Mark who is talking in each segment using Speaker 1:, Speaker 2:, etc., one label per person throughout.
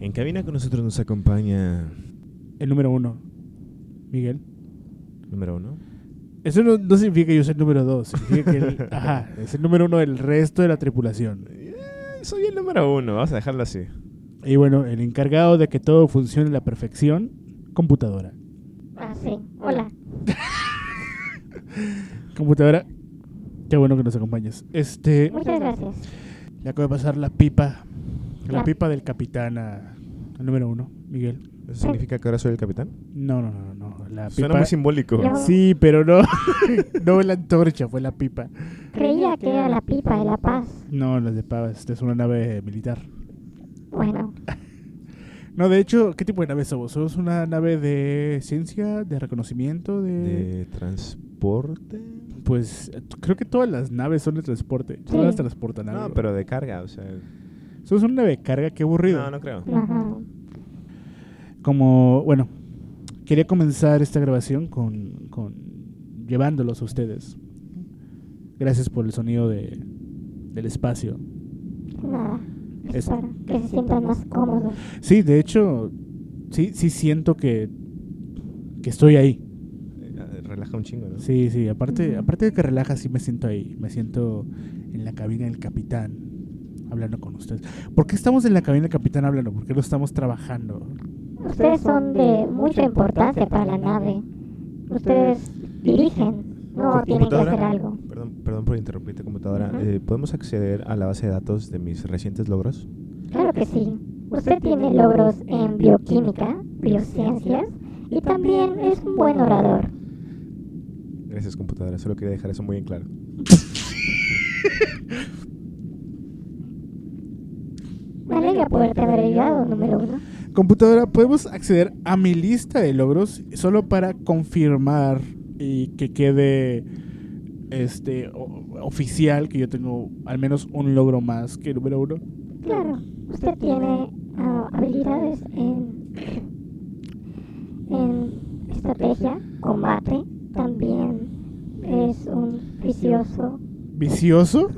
Speaker 1: En cabina con nosotros nos acompaña
Speaker 2: El número uno, Miguel.
Speaker 1: número uno.
Speaker 2: Eso no, no significa que yo sea el número dos, significa que él- ajá, es el número uno del resto de la tripulación.
Speaker 1: Eh, soy el número uno, vas a dejarlo así.
Speaker 2: Y bueno, el encargado de que todo funcione a la perfección, computadora.
Speaker 3: Ah, sí. Hola.
Speaker 2: Computadora, qué bueno que nos acompañes. Este,
Speaker 3: Muchas gracias.
Speaker 2: le acabo de pasar la pipa, la
Speaker 3: La-
Speaker 2: pipa del capitán a- al número uno, Miguel.
Speaker 1: ¿Eso significa que ahora soy el capitán?
Speaker 2: No, no, no, no, la pipa.
Speaker 1: Suena muy simbólico.
Speaker 3: No.
Speaker 2: Sí, pero no, no la antorcha, fue la pipa.
Speaker 3: Creía que era la pipa de la paz.
Speaker 2: No, las de pava, esta es una nave militar.
Speaker 3: Bueno,
Speaker 2: No, de hecho, ¿qué tipo de nave somos? ¿Somos una nave de ciencia, de reconocimiento, de...?
Speaker 1: ¿De transporte?
Speaker 2: Pues eh, t- creo que todas las naves son de transporte. Todas
Speaker 3: Sí.
Speaker 2: las transportan algo.
Speaker 1: No, pero de carga, o sea.
Speaker 2: Somos una nave de carga, qué aburrido.
Speaker 1: No, no creo.
Speaker 3: ajá.
Speaker 2: Como, bueno, quería comenzar esta grabación con, con llevándolos a ustedes. Gracias por el sonido de, del espacio.
Speaker 3: Nada.
Speaker 2: Es-
Speaker 3: Es para que se sientan más cómodos.
Speaker 2: Sí, de hecho, sí, sí siento que, que estoy ahí.
Speaker 1: Eh, Relaja un chingo, ¿no?
Speaker 2: Sí, sí, aparte,
Speaker 3: Ujú.
Speaker 2: aparte de que relaja, sí me siento ahí. Me siento en la cabina del capitán hablando con ustedes. ¿Por qué estamos en la cabina del capitán hablando? ¿Por qué no estamos trabajando?
Speaker 3: Ustedes son de mucha importancia para la nave. Ustedes dirigen. No tienen que
Speaker 1: Computadora.
Speaker 3: hacer algo.
Speaker 1: Perdón, perdón por interrumpirte, computadora.
Speaker 3: Ujú.
Speaker 1: Eh, ¿Podemos acceder a la base de datos de mis recientes logros?
Speaker 3: Claro que sí. Usted tiene logros en bioquímica, biociencias y también es un buen orador.
Speaker 1: Gracias, computadora. Solo quería dejar eso muy en claro.
Speaker 3: Me alegra poderte haber ayudado, número uno.
Speaker 2: Computadora, podemos acceder a mi lista de logros solo para confirmar y que quede este o- oficial que yo tengo al menos un logro más que número uno.
Speaker 3: Claro, usted tiene ah, habilidades en, en estrategia, combate, también es un vicioso.
Speaker 2: ¿Vicioso?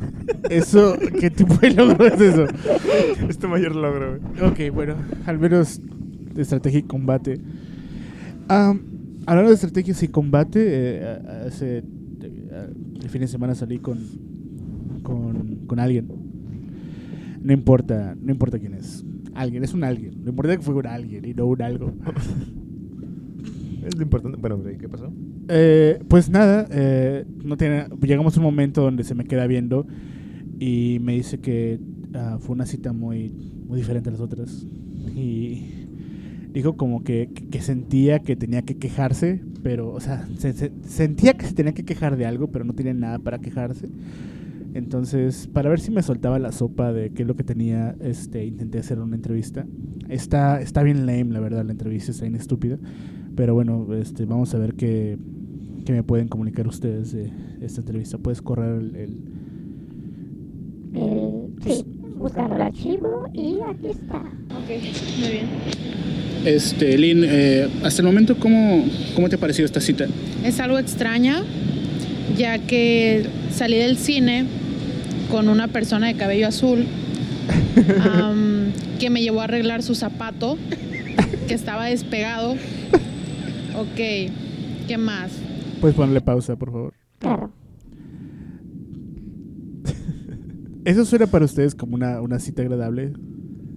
Speaker 2: ¿Eso? ¿Qué tipo de logro es eso?
Speaker 1: es tu Este mayor logro,
Speaker 2: Ok, bueno, al menos de estrategia y combate. Am, hablando de estrategias y combate, eh, a- a- hace eh, a- el fin de semana salí con, con, con alguien. No importa, no importa quién es. Alguien, es un alguien. Lo importante es que fue un alguien y no un algo.
Speaker 1: Es lo importante. Bueno, ¿y ¿qué pasó?
Speaker 2: Eh, pues nada, eh, no tiene, llegamos a un momento donde se me queda viendo y me dice que ah, fue una cita muy, muy diferente a las otras. Y dijo como que, que sentía que tenía que quejarse, pero, o sea, se- se- sentía que se tenía que quejar de algo, pero no tenía nada para quejarse. Entonces, para ver si me soltaba la sopa de qué es lo que tenía, este, intenté hacer una entrevista. Está, está bien lame, la verdad, la entrevista está bien estúpida. Pero bueno, este, vamos a ver qué, qué me pueden comunicar ustedes de esta entrevista. Puedes correr el... el-
Speaker 3: El, sí, buscando el archivo y aquí está.
Speaker 4: Ok, muy bien.
Speaker 2: Este, Lynn, hasta el momento, ¿cómo, ¿cómo te ha parecido esta cita?
Speaker 4: Es algo extraña, ya que salí del cine con una persona de cabello azul am, que me llevó a arreglar su zapato que estaba despegado. Ok, ¿qué más?
Speaker 2: Puedes ponerle pausa, por favor.
Speaker 3: Claro,
Speaker 2: ¿Eso suena para ustedes como una, una cita agradable?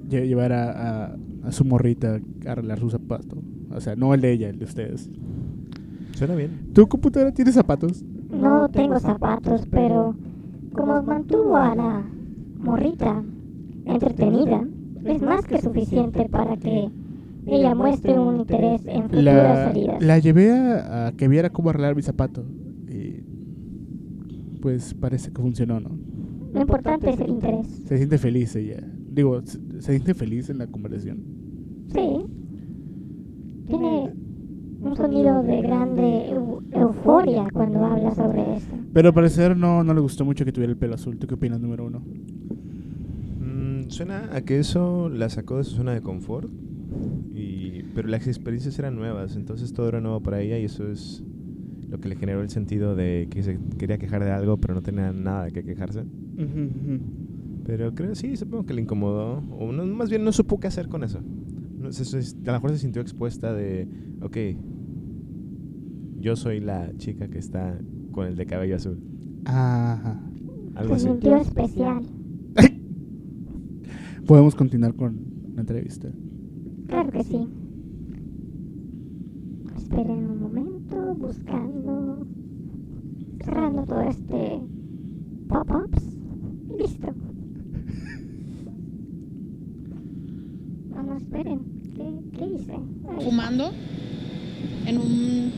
Speaker 2: Lle- Llevar a, a- a su morrita a arreglar su zapato. O sea, no el de ella, el de ustedes.
Speaker 1: Suena bien.
Speaker 2: ¿Tu computadora tiene zapatos?
Speaker 3: no tengo zapatos, pero como mantuvo a la morrita entretenida, es más que suficiente para que ella muestre un interés en futuras
Speaker 2: La,
Speaker 3: salidas.
Speaker 2: la llevé a, a que viera cómo arreglar mi zapato. Y pues parece que funcionó, ¿no?
Speaker 3: Lo importante es el interés.
Speaker 2: Se siente feliz ella. Digo, se, se siente feliz en la conversación.
Speaker 3: Sí. Tiene un sonido de grande eu- euforia cuando habla sobre eso.
Speaker 2: Pero al parecer no, no le gustó mucho que tuviera el pelo azul. ¿Tú qué opinas, número uno?
Speaker 1: Mm, suena a que eso la sacó de su zona de confort. Y, pero las experiencias eran nuevas, entonces todo era nuevo para ella y eso es lo que le generó el sentido de que se quería quejar de algo, pero no tenía nada que quejarse. Pero creo, sí, supongo que le incomodó. O no- más bien no supo qué hacer con eso. No, se- se- a lo mejor se sintió expuesta de, ok, yo soy la chica que está con el de cabello azul.
Speaker 2: Ajá.
Speaker 1: Algo
Speaker 3: Se
Speaker 1: así.
Speaker 3: sintió especial.
Speaker 2: Podemos continuar con la entrevista.
Speaker 3: Claro que sí. Esperen un momento, buscando, cerrando todo este pop-ups. Listo. No, no, esperen. ¿Qué, qué hice? Ahí está.
Speaker 4: Fumando en un.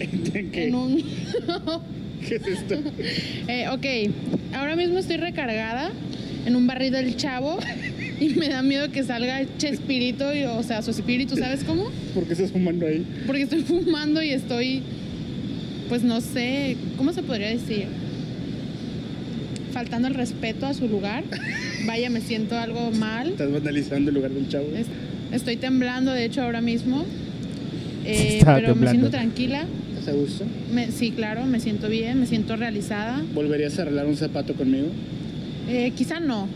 Speaker 4: En
Speaker 5: ¿Qué?
Speaker 4: un
Speaker 5: ¿Qué es esto?
Speaker 4: Eh, ok, ahora mismo estoy recargada en un barril del chavo y me da miedo que salga Chespirito, y, o sea, su espíritu, ¿sabes cómo?
Speaker 5: ¿Por qué estás fumando ahí?
Speaker 4: Porque estoy fumando y estoy, pues no sé, ¿cómo se podría decir? Faltando el respeto a su lugar. Vaya, me siento algo mal.
Speaker 5: Estás vandalizando el lugar del chavo.
Speaker 4: Es- Estoy temblando, de hecho, ahora mismo. Eh,
Speaker 2: Está
Speaker 4: pero me
Speaker 2: temblando.
Speaker 4: siento tranquila.
Speaker 5: ¿Estás a gusto?
Speaker 4: Me- sí, claro, me siento bien, me siento realizada.
Speaker 5: ¿Volverías a arreglar un zapato conmigo?
Speaker 4: Eh, quizá no.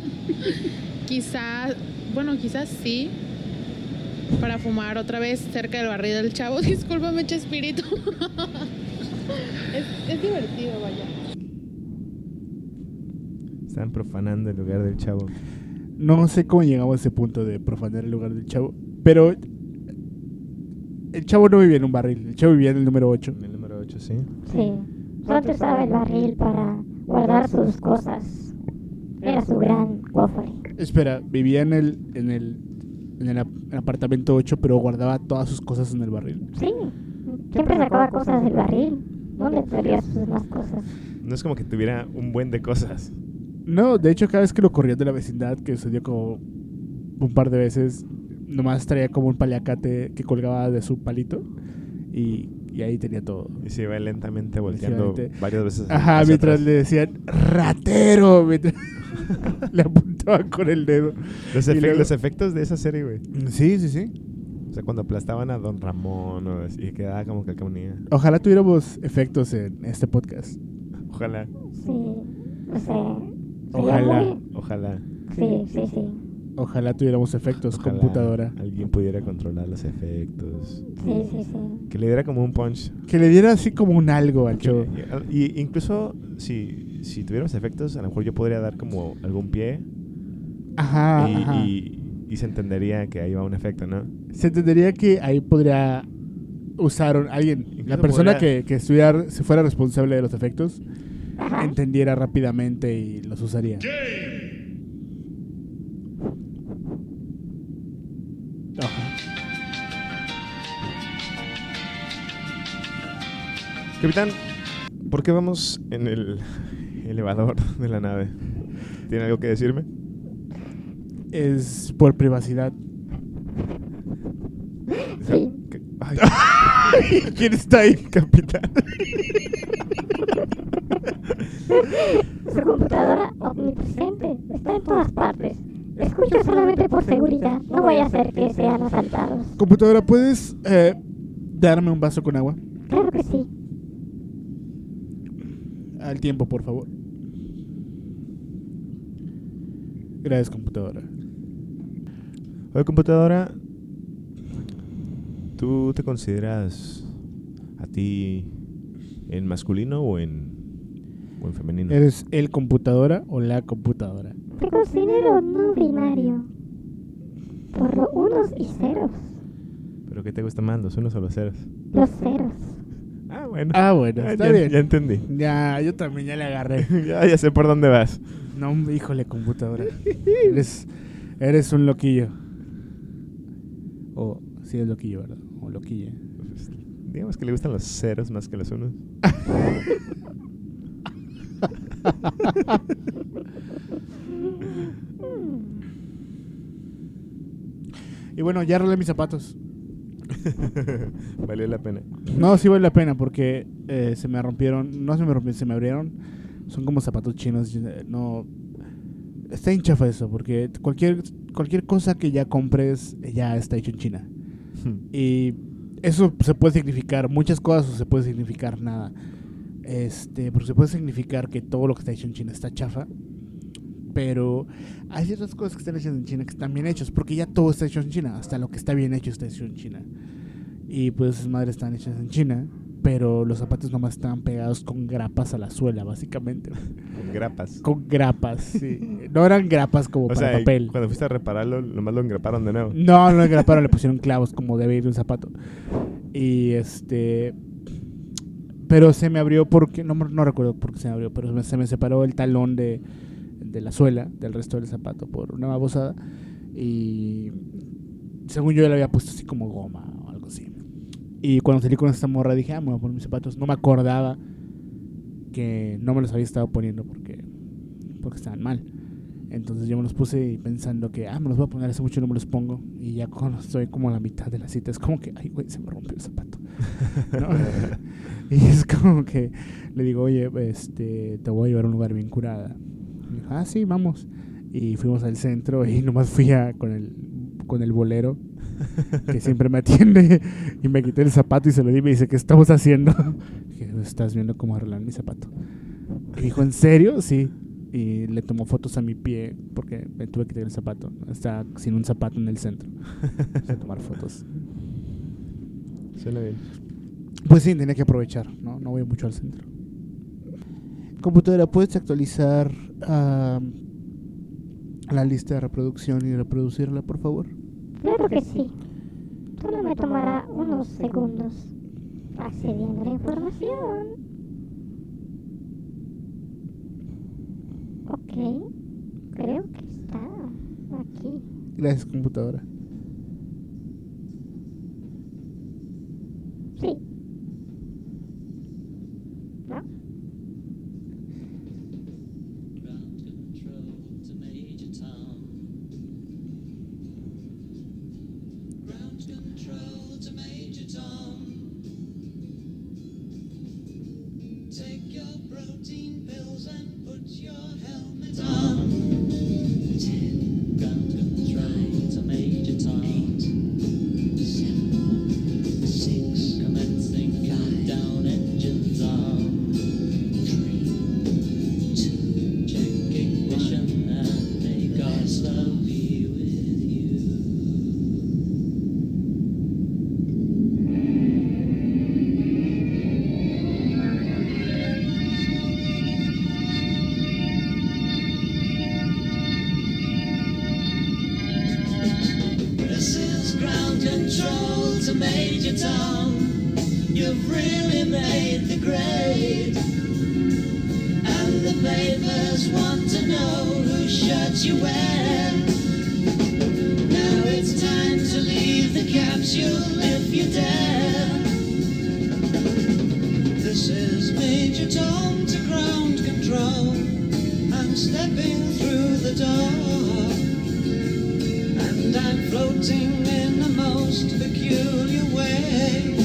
Speaker 4: quizá, bueno, quizás sí. Para fumar otra vez cerca del barril del chavo. Discúlpame, Chespirito. es, es divertido, vaya.
Speaker 1: Están profanando el lugar del chavo.
Speaker 2: No sé cómo llegamos a ese punto de profanar el lugar del chavo, pero el chavo no vivía en un barril, el chavo vivía en el número 8.
Speaker 1: En el número 8, sí.
Speaker 3: Sí. Santos usaba el barril para guardar sus cosas. Era su gran cofre.
Speaker 2: Espera, vivía en el, en el, en el ap- apartamento 8, pero guardaba todas sus cosas en el barril.
Speaker 3: Sí. Siempre sacaba cosas del barril. ¿Dónde perdió sus más cosas?
Speaker 1: No es como que tuviera un buen de cosas.
Speaker 2: No, de hecho, cada vez que lo corrían de la vecindad, que sucedió como un par de veces, nomás traía como un paliacate que colgaba de su palito y, y ahí tenía todo.
Speaker 1: Y se iba lentamente volteando
Speaker 2: Lentamente.
Speaker 1: varias veces.
Speaker 2: Ajá,
Speaker 1: hacia
Speaker 2: mientras
Speaker 1: atrás.
Speaker 2: le decían ratero, mientras le apuntaban con el dedo.
Speaker 1: Los,
Speaker 2: y
Speaker 1: efe-
Speaker 2: luego-
Speaker 1: los efectos de esa serie, güey.
Speaker 2: Sí, sí, sí.
Speaker 1: O sea, cuando aplastaban a Don Ramón o así, y quedaba como que caminía.
Speaker 2: Ojalá tuviéramos efectos en este podcast.
Speaker 1: Ojalá,
Speaker 3: Sí. No sé.
Speaker 2: Ojalá,
Speaker 1: ojalá.
Speaker 3: Sí, sí, sí.
Speaker 2: ojalá tuviéramos efectos
Speaker 1: ojalá
Speaker 2: Pues computadora.
Speaker 1: Alguien pudiera controlar los efectos.
Speaker 3: Sí, sí, sí.
Speaker 1: Que le diera como un punch.
Speaker 2: Que le diera así como un algo al show.
Speaker 1: Y, y incluso si, si tuviéramos efectos, a lo mejor yo podría dar como algún pie
Speaker 2: Ajá,
Speaker 1: y,
Speaker 2: Ah, ajá.
Speaker 1: y- y se entendería que ahí va un efecto, ¿no?
Speaker 2: Se entendería que ahí podría usar un- alguien, la
Speaker 1: Incluso
Speaker 2: persona
Speaker 1: podría-
Speaker 2: que, que estudiar, se fuera responsable de los efectos, entendiera rápidamente y los usaría. Ajá.
Speaker 1: Capitán, ¿por qué vamos en el elevador de la nave? ¿Tiene algo que decirme?
Speaker 2: Es por privacidad.
Speaker 3: Sí.
Speaker 1: ¿Qué? Ay,
Speaker 2: ¿Quién está ahí, capitán?
Speaker 3: Su computadora omnipresente está en todas partes. Escucho solamente por seguridad. No voy a hacer que sean asaltados.
Speaker 2: Computadora, ¿puedes eh, darme un vaso con agua?
Speaker 3: Claro que sí.
Speaker 2: Al tiempo, por favor. Gracias, computadora.
Speaker 1: Oye, computadora, ¿tú te consideras a ti en masculino o en, o en femenino?
Speaker 2: ¿Eres el computadora o la computadora?
Speaker 3: Te considero no binario. Por los unos y ceros.
Speaker 1: ¿Pero qué te gusta más, los unos o los ceros?
Speaker 3: Los ceros.
Speaker 1: Ah, bueno.
Speaker 2: Ah, bueno, está
Speaker 1: ya,
Speaker 2: bien.
Speaker 1: ya entendí.
Speaker 2: Ya, yo también ya le agarré.
Speaker 1: ya, ya sé por dónde vas.
Speaker 2: No, híjole, computadora. eres, eres un loquillo. O, sí, es loquillo, ¿verdad? O loquilla.
Speaker 1: Pues, Digamos que le gustan los ceros más que los unos.
Speaker 2: Y bueno, ya arreglé mis zapatos.
Speaker 1: Valió la pena.
Speaker 2: No, sí vale la pena porque eh, se me rompieron, no se me rompieron, se me abrieron. Son como zapatos chinos, eh, no... Está en chafa eso, porque cualquier, cualquier cosa que ya compres eh, ya está hecho en China. Y eso se puede significar muchas cosas o se puede significar nada. Este, porque se puede significar que todo lo que está hecho en China está chafa. Pero hay ciertas cosas que están hechas en China que están bien hechas, porque ya todo está hecho en China, hasta lo que está bien hecho está hecho en China. Y pues esas madres están hechas en China, pero los zapatos nomás están pegados con grapas a la suela, básicamente.
Speaker 1: Con grapas.
Speaker 2: Con grapas, sí. No eran grapas como
Speaker 1: O
Speaker 2: para
Speaker 1: sea,
Speaker 2: papel.
Speaker 1: cuando fuiste a repararlo, nomás lo engraparon de nuevo.
Speaker 2: No, no le graparon, le pusieron clavos como debe ir un zapato. Y este. Pero se me abrió porque. No, me- no recuerdo por qué se me abrió, pero se me- se me separó el talón de, de la suela del resto del zapato por una babosada. Y. Según yo, le había puesto así como goma o algo así. Y cuando salí con esta morra dije, ah, me voy a poner mis zapatos. No me acordaba que no me los había estado poniendo porque, porque estaban mal. Entonces yo me los puse y pensando que, ah, me los voy a poner hace mucho no me los pongo. Y ya cuando estoy como a la mitad de la cita, es como que, ay, güey, se me rompió el zapato. ¿no? y es como que le digo, oye, este, te voy a llevar a un lugar bien curada. Y dijo, ah, sí, vamos. Y fuimos al centro y nomás fui a, con, el, con el bolero Mm. que siempre me atiende y me quité el zapato y se lo di y me dice, ¿qué estamos haciendo? Dije, estás viendo cómo arreglar mi zapato. Y dijo, ¿en serio? Sí. Y le tomó fotos a mi pie porque me tuve que quitar el zapato. Estaba sin un zapato en el centro. Fui a tomar fotos.
Speaker 1: Suena bien.
Speaker 2: Pues sí, tenía que aprovechar, ¿no? No voy mucho al centro. Computadora, ¿puedes actualizar ah, la lista de reproducción y reproducirla, por favor?
Speaker 3: Claro que sí. Solo me tomará unos segundos accediendo a la información. Ok, creo que está aquí.
Speaker 2: Gracias, computadora.
Speaker 3: Sí. ¿No?
Speaker 6: Ground control to Major Tom. Ground control to Major Tom. Take your protein pills and put your helmet on. Ten. Ground control to Major Tom. Eight. Seven. Six. Commencing countdown. Engines on. Three. Two, check ignition and may God's love be with you. This is ground control to Major Tom. You've really made the grade. And the papers want to know whose shirt you wear. Now it's time to leave the capsule if you dare. This is Major Tom to ground control. I'm stepping through the door. And I'm floating in the most peculiar way.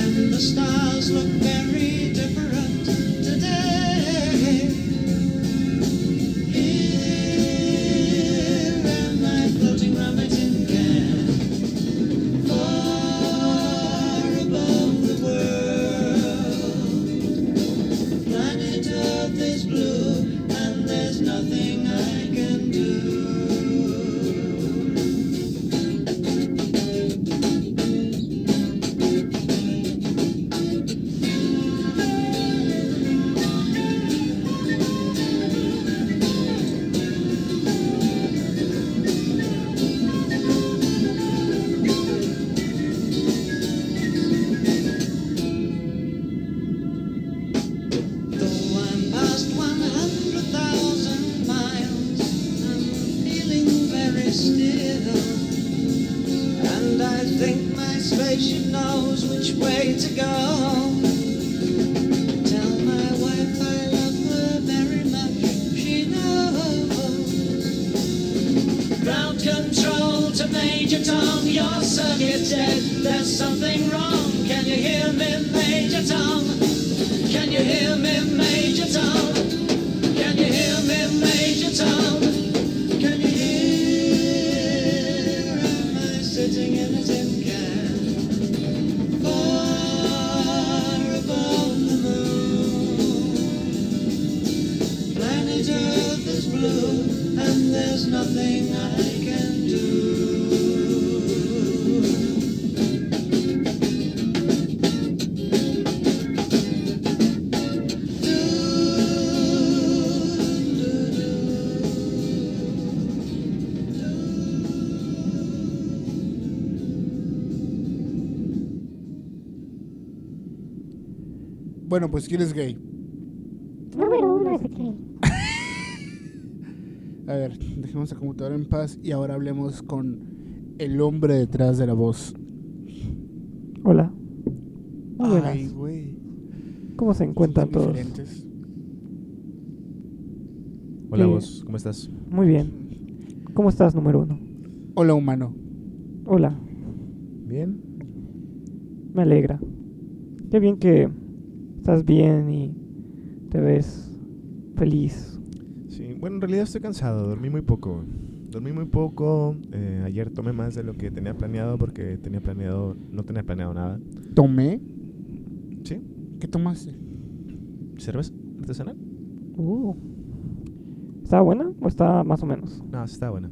Speaker 6: And the stars look very different today. Here am I floating round my tin can, far above the world. Planet Earth is blue, and there's nothing I can do. Though I'm past 100,000 miles, I'm feeling very still. And I think my spaceship knows which way to go. Tell my wife I love her very much, she knows. Ground control to Major Tom, your circuit's dead. There's something wrong. Can you hear me, Major Tom? Can you hear me, Major Tom? Can you hear me, Major Tom? Can you hear? Am I sitting in a tin can? Far above the moon. Planet Earth is
Speaker 2: Bueno, pues ¿quién es gay?
Speaker 3: Número uno es gay.
Speaker 2: A ver, dejemos la computadora en paz y ahora hablemos con el hombre detrás de la voz.
Speaker 7: Hola. Muy buenas.
Speaker 2: Ay, güey.
Speaker 7: ¿Cómo se encuentran
Speaker 2: Son
Speaker 7: todos?
Speaker 2: diferentes.
Speaker 1: Hola
Speaker 7: Sí.
Speaker 1: vos, ¿cómo estás?
Speaker 7: Muy bien. ¿Cómo estás, número uno?
Speaker 2: Hola, humano.
Speaker 7: Hola.
Speaker 1: ¿Bien?
Speaker 7: Me alegra. Qué bien que estás bien y te ves feliz.
Speaker 1: Sí, bueno, en realidad estoy cansado, dormí muy poco. Dormí muy poco, eh, ayer tomé más de lo que tenía planeado porque tenía planeado, no tenía planeado nada.
Speaker 2: ¿Tomé?
Speaker 1: Sí.
Speaker 2: ¿Qué tomaste?
Speaker 1: ¿Cerveza artesanal?
Speaker 7: Uh. ¿Está buena o está más o menos?
Speaker 1: No, sí está buena.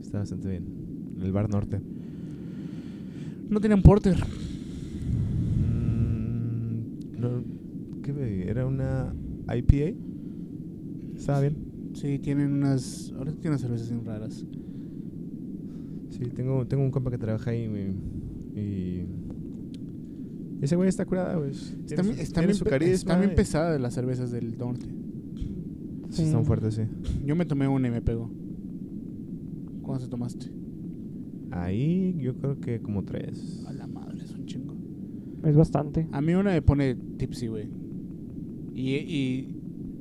Speaker 1: Está bastante bien. En el bar norte.
Speaker 2: No tenían porter.
Speaker 1: Mm, no, ¿Qué bebí? ¿Era una IPA? Estaba bien.
Speaker 2: Sí, tienen unas. Ahora tienen unas cervezas bien raras.
Speaker 1: Sí, tengo, tengo un compa que trabaja ahí y... y ese güey está curada, güey. Tiene
Speaker 2: Están,
Speaker 1: su-
Speaker 2: bien- están
Speaker 1: tiene
Speaker 2: bien,
Speaker 1: su
Speaker 2: pe-
Speaker 1: carisma eh.
Speaker 2: están bien
Speaker 1: y-
Speaker 2: pesadas las cervezas del norte.
Speaker 1: Sí,
Speaker 7: Mm.
Speaker 1: están fuertes, sí.
Speaker 2: Yo me tomé una y me pegó. ¿Cuándo se tomaste?
Speaker 1: Ahí yo creo que como tres.
Speaker 2: A la madre, es un chingo.
Speaker 7: Es bastante.
Speaker 2: A mí una me pone tipsy, güey. Y, y,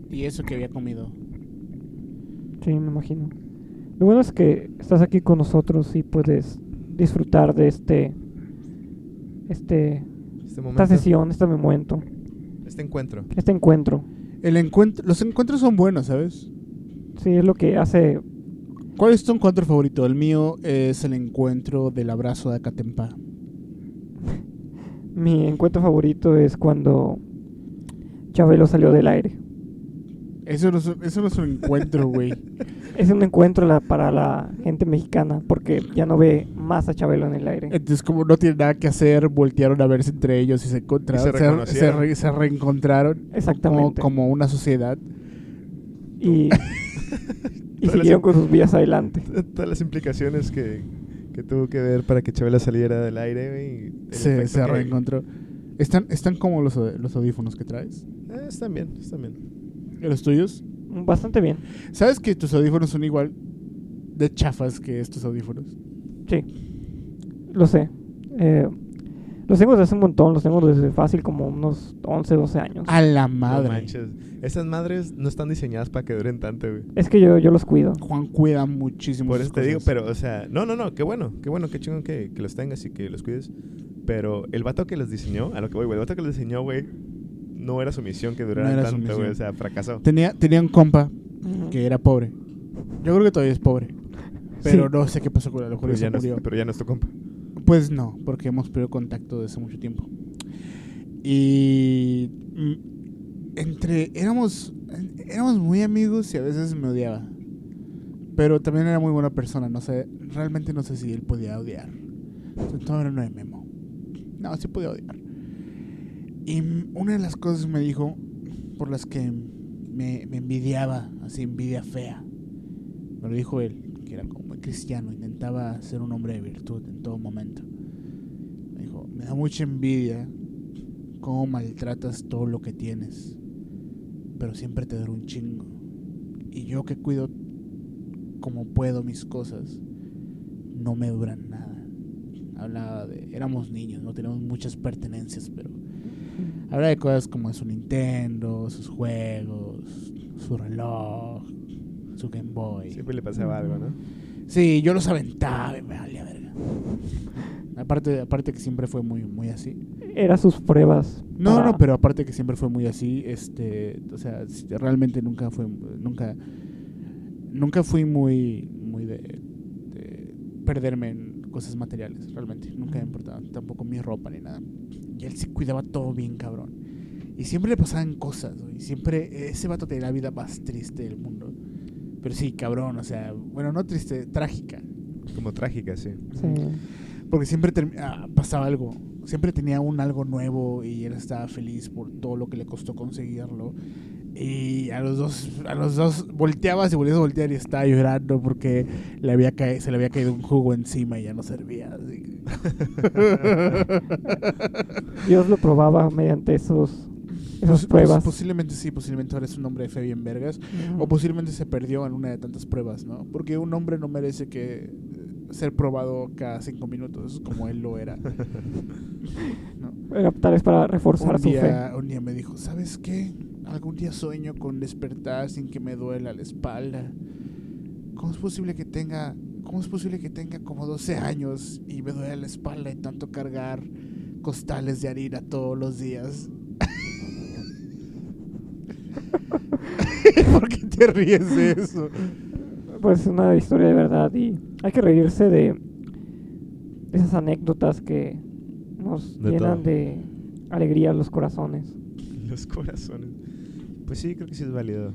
Speaker 2: y eso que había comido.
Speaker 7: Sí, me imagino. Lo bueno es que estás aquí con nosotros y puedes disfrutar de este. Este.
Speaker 1: Este
Speaker 7: Esta
Speaker 1: momento,
Speaker 7: sesión, este momento,
Speaker 1: este encuentro.
Speaker 7: este encuentro.
Speaker 2: El encuentro, los encuentros son buenos, ¿sabes?
Speaker 7: Sí, es lo que hace.
Speaker 2: ¿Cuál es tu encuentro favorito? El mío es el encuentro del abrazo de Acatempa.
Speaker 7: Mi encuentro favorito es cuando. Chabelo salió del aire.
Speaker 2: Eso no es, eso no es un encuentro, güey.
Speaker 7: Es un encuentro la- para la gente mexicana porque ya no ve más a Chabelo en el aire.
Speaker 2: Entonces, como no tienen nada que hacer, voltearon a verse entre ellos y se encontraron.
Speaker 1: Y se
Speaker 2: se- se,
Speaker 1: reconocieron.
Speaker 2: re- se reencontraron como,
Speaker 7: Exactamente.
Speaker 2: como una sociedad.
Speaker 7: y y
Speaker 1: Todas las-
Speaker 7: siguieron con sus vidas adelante.
Speaker 2: Eh,
Speaker 1: Todas las implicaciones que, que tuvo que ver para que Chabela saliera del aire, güey. y el
Speaker 2: Se,
Speaker 1: efecto
Speaker 2: se
Speaker 1: que-
Speaker 2: reencontró. ¿Están, están como los, au- los audífonos que traes?
Speaker 1: Eh, están bien, están bien.
Speaker 2: ¿Los tuyos?
Speaker 7: Bastante bien.
Speaker 2: ¿Sabes que tus audífonos son igual de chafas que estos audífonos?
Speaker 7: Sí. Lo sé. Eh, los tengo desde hace un montón. Los tengo desde fácil como unos 11, 12 años.
Speaker 2: A la
Speaker 1: No
Speaker 2: madre.
Speaker 1: manches. Esas madres no están diseñadas para que duren tanto, güey.
Speaker 7: Es que yo, yo los cuido.
Speaker 2: Juan cuida muchísimo.
Speaker 1: Por
Speaker 2: sus
Speaker 1: eso te digo,
Speaker 2: cosas.
Speaker 1: pero, o sea, no, no, no, qué bueno, qué bueno, qué chingón que, que los tengas y que los cuides. Pero el vato que los diseñó, a lo que voy, güey, el vato que los diseñó, güey, no era su misión que duraran
Speaker 2: era su
Speaker 1: tanto, güey,
Speaker 2: misión.
Speaker 1: o sea, fracasó.
Speaker 2: Tenía, tenía un compa
Speaker 7: Ujú.
Speaker 2: que era pobre. Yo creo que todavía es pobre. Pero
Speaker 7: Sí.
Speaker 2: no sé qué pasó con la locura.
Speaker 1: Pero
Speaker 2: y
Speaker 1: Pues ya,
Speaker 2: se
Speaker 1: no es,
Speaker 2: murió.
Speaker 1: pero ya no es tu compa.
Speaker 2: Pues no, porque hemos perdido contacto desde hace mucho tiempo. Y mm, entre éramos éramos muy amigos y a veces me odiaba. Pero también era muy buena persona, no sé, realmente no sé si él podía odiar. Sobre todo era de Memo. No, sí podía odiar. Y mm, una de las cosas me dijo por las que me, me envidiaba, así envidia fea. Me lo dijo él, que era como muy cristiano, intentaba ser un hombre de virtud en todo momento. Me dijo, me da mucha envidia cómo maltratas todo lo que tienes, pero siempre te dura un chingo. Y yo que cuido como puedo mis cosas, no me duran nada. Hablaba de, éramos niños, no teníamos muchas pertenencias, pero hablaba de cosas como su Nintendo, sus juegos, su reloj, su Game Boy.
Speaker 1: Siempre le pasaba algo, ¿no?
Speaker 2: Sí, yo los aventaba y me valía verga. Aparte, aparte que siempre fue muy, muy así.
Speaker 7: Era sus pruebas.
Speaker 2: No,
Speaker 7: para-
Speaker 2: no, pero aparte que siempre fue muy así, este, o sea, s- realmente nunca fue, nunca, nunca fui muy, muy de, de perderme en cosas materiales, realmente. Nunca me importaba tampoco mi ropa ni nada. Y él se cuidaba todo bien, cabrón. Y siempre le pasaban cosas, güey. Siempre ese vato tenía la vida más triste del mundo. Pero sí, cabrón, o sea, bueno, no triste, trágica.
Speaker 1: Como trágica, sí.
Speaker 7: Sí.
Speaker 2: Porque siempre termi- ah, pasaba algo. Siempre tenía un algo nuevo y él estaba feliz por todo lo que le costó conseguirlo. Y a los dos, a los dos volteabas y volvías a voltear y estaba llorando porque le había cae- se le había caído un jugo encima y ya no servía. así que-
Speaker 7: Dios lo probaba mediante esos, esas
Speaker 2: Pos-
Speaker 7: pruebas.
Speaker 2: pues, posiblemente sí, posiblemente ahora es un hombre de fe bien vergas.
Speaker 7: Ujú.
Speaker 2: O posiblemente se perdió en una de tantas pruebas, ¿no? Porque un hombre no merece que eh, ser probado cada cinco minutos como él lo era. ¿no?
Speaker 7: Era tal vez para reforzar
Speaker 2: un,
Speaker 7: su fe.
Speaker 2: día, un día me dijo, ¿sabes qué? Algún día sueño con despertar sin que me duela la espalda. ¿Cómo es posible que tenga, cómo es posible que tenga como 12 años y me duele la espalda y tanto cargar costales de harina todos los días? ¿Por qué te ríes de eso?
Speaker 7: Pues es una historia de verdad y hay que reírse de esas anécdotas que nos
Speaker 1: De
Speaker 7: llenan
Speaker 1: todo.
Speaker 7: de alegría los corazones.
Speaker 1: Los corazones. Pues sí, creo que sí es válido.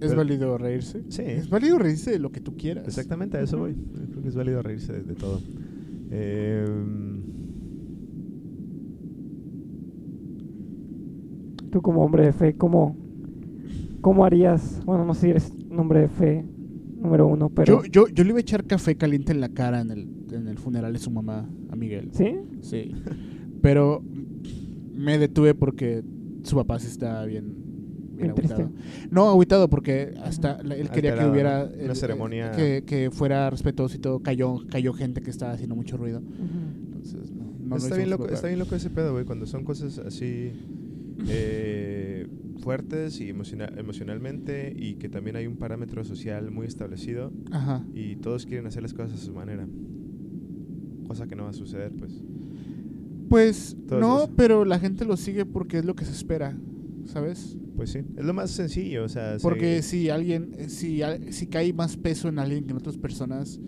Speaker 2: ¿Es
Speaker 1: Pero-
Speaker 2: válido reírse?
Speaker 1: Sí.
Speaker 2: Es válido reírse de lo que tú quieras.
Speaker 1: Exactamente, a eso voy. Creo que es válido reírse de, de todo. Em,
Speaker 7: Tú como hombre de fe, ¿cómo, cómo harías? Bueno, no sé si eres un hombre de fe número uno, pero...
Speaker 2: Yo, yo, yo le iba a echar café caliente en la cara en el, en el funeral de su mamá, a Miguel.
Speaker 7: ¿Sí?
Speaker 2: Sí. Pero me detuve porque su papá sí estaba bien. Bien
Speaker 7: Bien triste.
Speaker 2: agüitado. No, agüitado porque hasta la- él quería que
Speaker 1: Alterado,
Speaker 2: hubiera
Speaker 1: ¿no?
Speaker 2: el-
Speaker 1: Una
Speaker 2: eh,
Speaker 1: ceremonia-
Speaker 2: que, que fuera respetuoso y todo. Cayó, cayó gente que estaba haciendo mucho ruido. Entonces, no, no lo
Speaker 1: está,
Speaker 2: hizo
Speaker 1: bien
Speaker 2: su
Speaker 1: loco,
Speaker 2: papá.
Speaker 1: está bien loco ese pedo, güey. Cuando son cosas así eh, fuertes y emociona- emocionalmente y que también hay un parámetro social muy establecido
Speaker 2: Ajá.
Speaker 1: y todos quieren hacer las cosas a su manera. Cosa que no va a suceder, pues.
Speaker 2: Pues
Speaker 1: Todo
Speaker 2: no,
Speaker 1: eso.
Speaker 2: pero la gente lo sigue porque es lo que se espera, ¿sabes?
Speaker 1: Pues sí, es lo más sencillo, o sea... se-
Speaker 2: Porque si alguien, eh, si, al- si cae más peso en alguien que en otras personas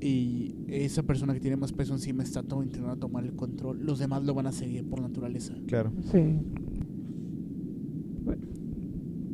Speaker 2: y esa persona que tiene más peso encima está todo intentando tomar el control, los demás lo van a seguir por naturaleza.
Speaker 1: Claro.
Speaker 7: Sí. Bueno,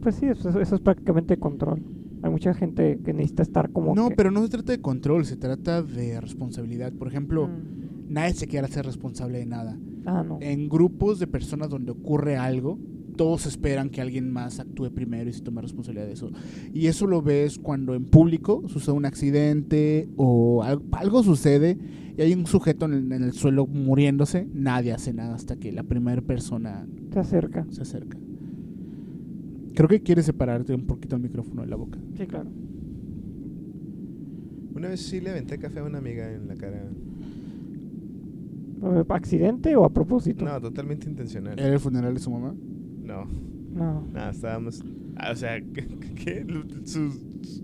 Speaker 7: Pues sí, eso, eso es prácticamente control. Hay mucha gente que necesita estar como
Speaker 2: No,
Speaker 7: que-
Speaker 2: pero no se trata de control, se trata de responsabilidad. Por ejemplo,
Speaker 7: Mm.
Speaker 2: nadie se quiere hacer responsable de nada.
Speaker 7: Ah, no.
Speaker 2: En grupos de personas donde ocurre algo, todos esperan que alguien más actúe primero y se tome responsabilidad de eso. Y eso lo ves cuando en público sucede un accidente o al- algo, sucede y hay un sujeto en el, en el suelo muriéndose, nadie hace nada hasta que la primera persona
Speaker 7: Se acerca.
Speaker 2: se acerca. Creo que quieres separarte un poquito el micrófono de la boca.
Speaker 7: Sí, claro.
Speaker 1: Una vez sí le aventé café a una amiga en la cara.
Speaker 7: ¿Accidente o a propósito?
Speaker 1: No, totalmente intencional.
Speaker 2: ¿Era el funeral de su mamá?
Speaker 1: No,
Speaker 7: No.
Speaker 1: nada, estábamos... ah, o sea, ¿qué? qué? Sus,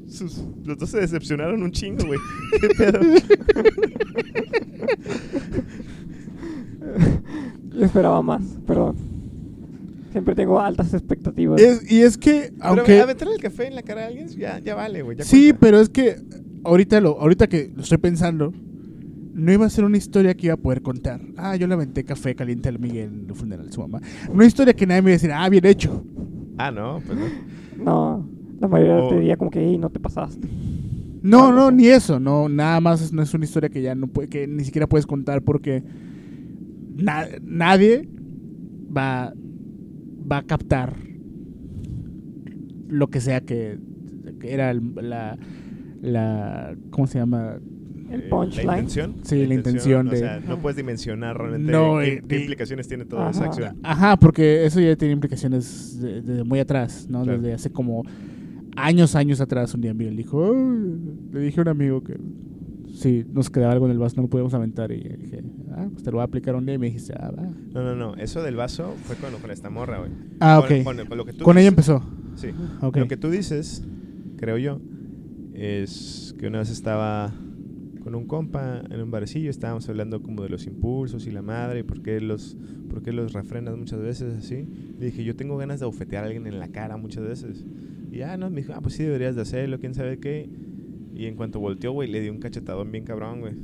Speaker 1: sus- los dos se decepcionaron un chingo, güey. ¿Qué pedo?
Speaker 7: Yo esperaba más, perdón. Siempre tengo altas expectativas.
Speaker 2: Es- y es que,
Speaker 1: Pero
Speaker 2: aunque...
Speaker 1: aventar el café en la cara a alguien ya, ya vale, güey. ya
Speaker 2: Sí,
Speaker 1: cuenta.
Speaker 2: pero es que ahorita, lo, ahorita que lo estoy pensando, no iba a ser una historia que iba a poder contar. Ah, yo le aventé café caliente al Miguel en el funeral de su mamá. Una historia que nadie me iba a decir, ah, bien hecho.
Speaker 1: Ah, no, pues no.
Speaker 7: No, la mayoría
Speaker 1: O-
Speaker 7: te diría como que, "Ey, no te pasaste.
Speaker 1: Ah,
Speaker 2: No, no,
Speaker 7: Claro.
Speaker 2: ni eso. No, nada más es- no es una historia que ya no puede, que ni siquiera puedes contar porque na- nadie va, va a captar lo que sea que, que era el- la, la, ¿cómo se llama?
Speaker 7: El
Speaker 1: Eh, La
Speaker 7: punchline.
Speaker 1: intención.
Speaker 2: Sí, la intención
Speaker 1: O sea,
Speaker 2: de-
Speaker 1: no puedes dimensionar realmente
Speaker 2: No,
Speaker 1: qué,
Speaker 2: eh,
Speaker 1: qué
Speaker 2: eh,
Speaker 1: implicaciones tiene toda esa
Speaker 7: ajá.
Speaker 1: acción.
Speaker 2: Ajá, porque eso ya tiene implicaciones de- desde muy atrás, ¿no?
Speaker 1: Claro.
Speaker 2: Desde hace como años, años atrás. Un día Miguel dijo, "Ay", le dije a un amigo que si nos quedaba algo en el vaso no lo podíamos aventar. Y yo dije, ah, pues te lo voy a aplicar un día. Y me dijiste, ah, va.
Speaker 1: No, no, no. Eso del vaso fue con, con esta morra, güey.
Speaker 2: Ah,
Speaker 1: Con-
Speaker 2: ok.
Speaker 1: Con,
Speaker 2: Con,
Speaker 1: con lo que tú
Speaker 2: ella
Speaker 1: dices-
Speaker 2: empezó.
Speaker 1: Sí.
Speaker 2: Ok.
Speaker 1: Lo que tú dices, creo yo, es que una vez estaba con un compa en un barecillo, estábamos hablando como de los impulsos y la madre, y por qué los, por qué los refrenas muchas veces así. Le dije, yo tengo ganas de bofetear a alguien en la cara muchas veces. Y ya, no, me dijo, ah, pues sí deberías de hacerlo, quién sabe qué. Y en cuanto volteó, güey, le di un cachetadón bien cabrón, güey.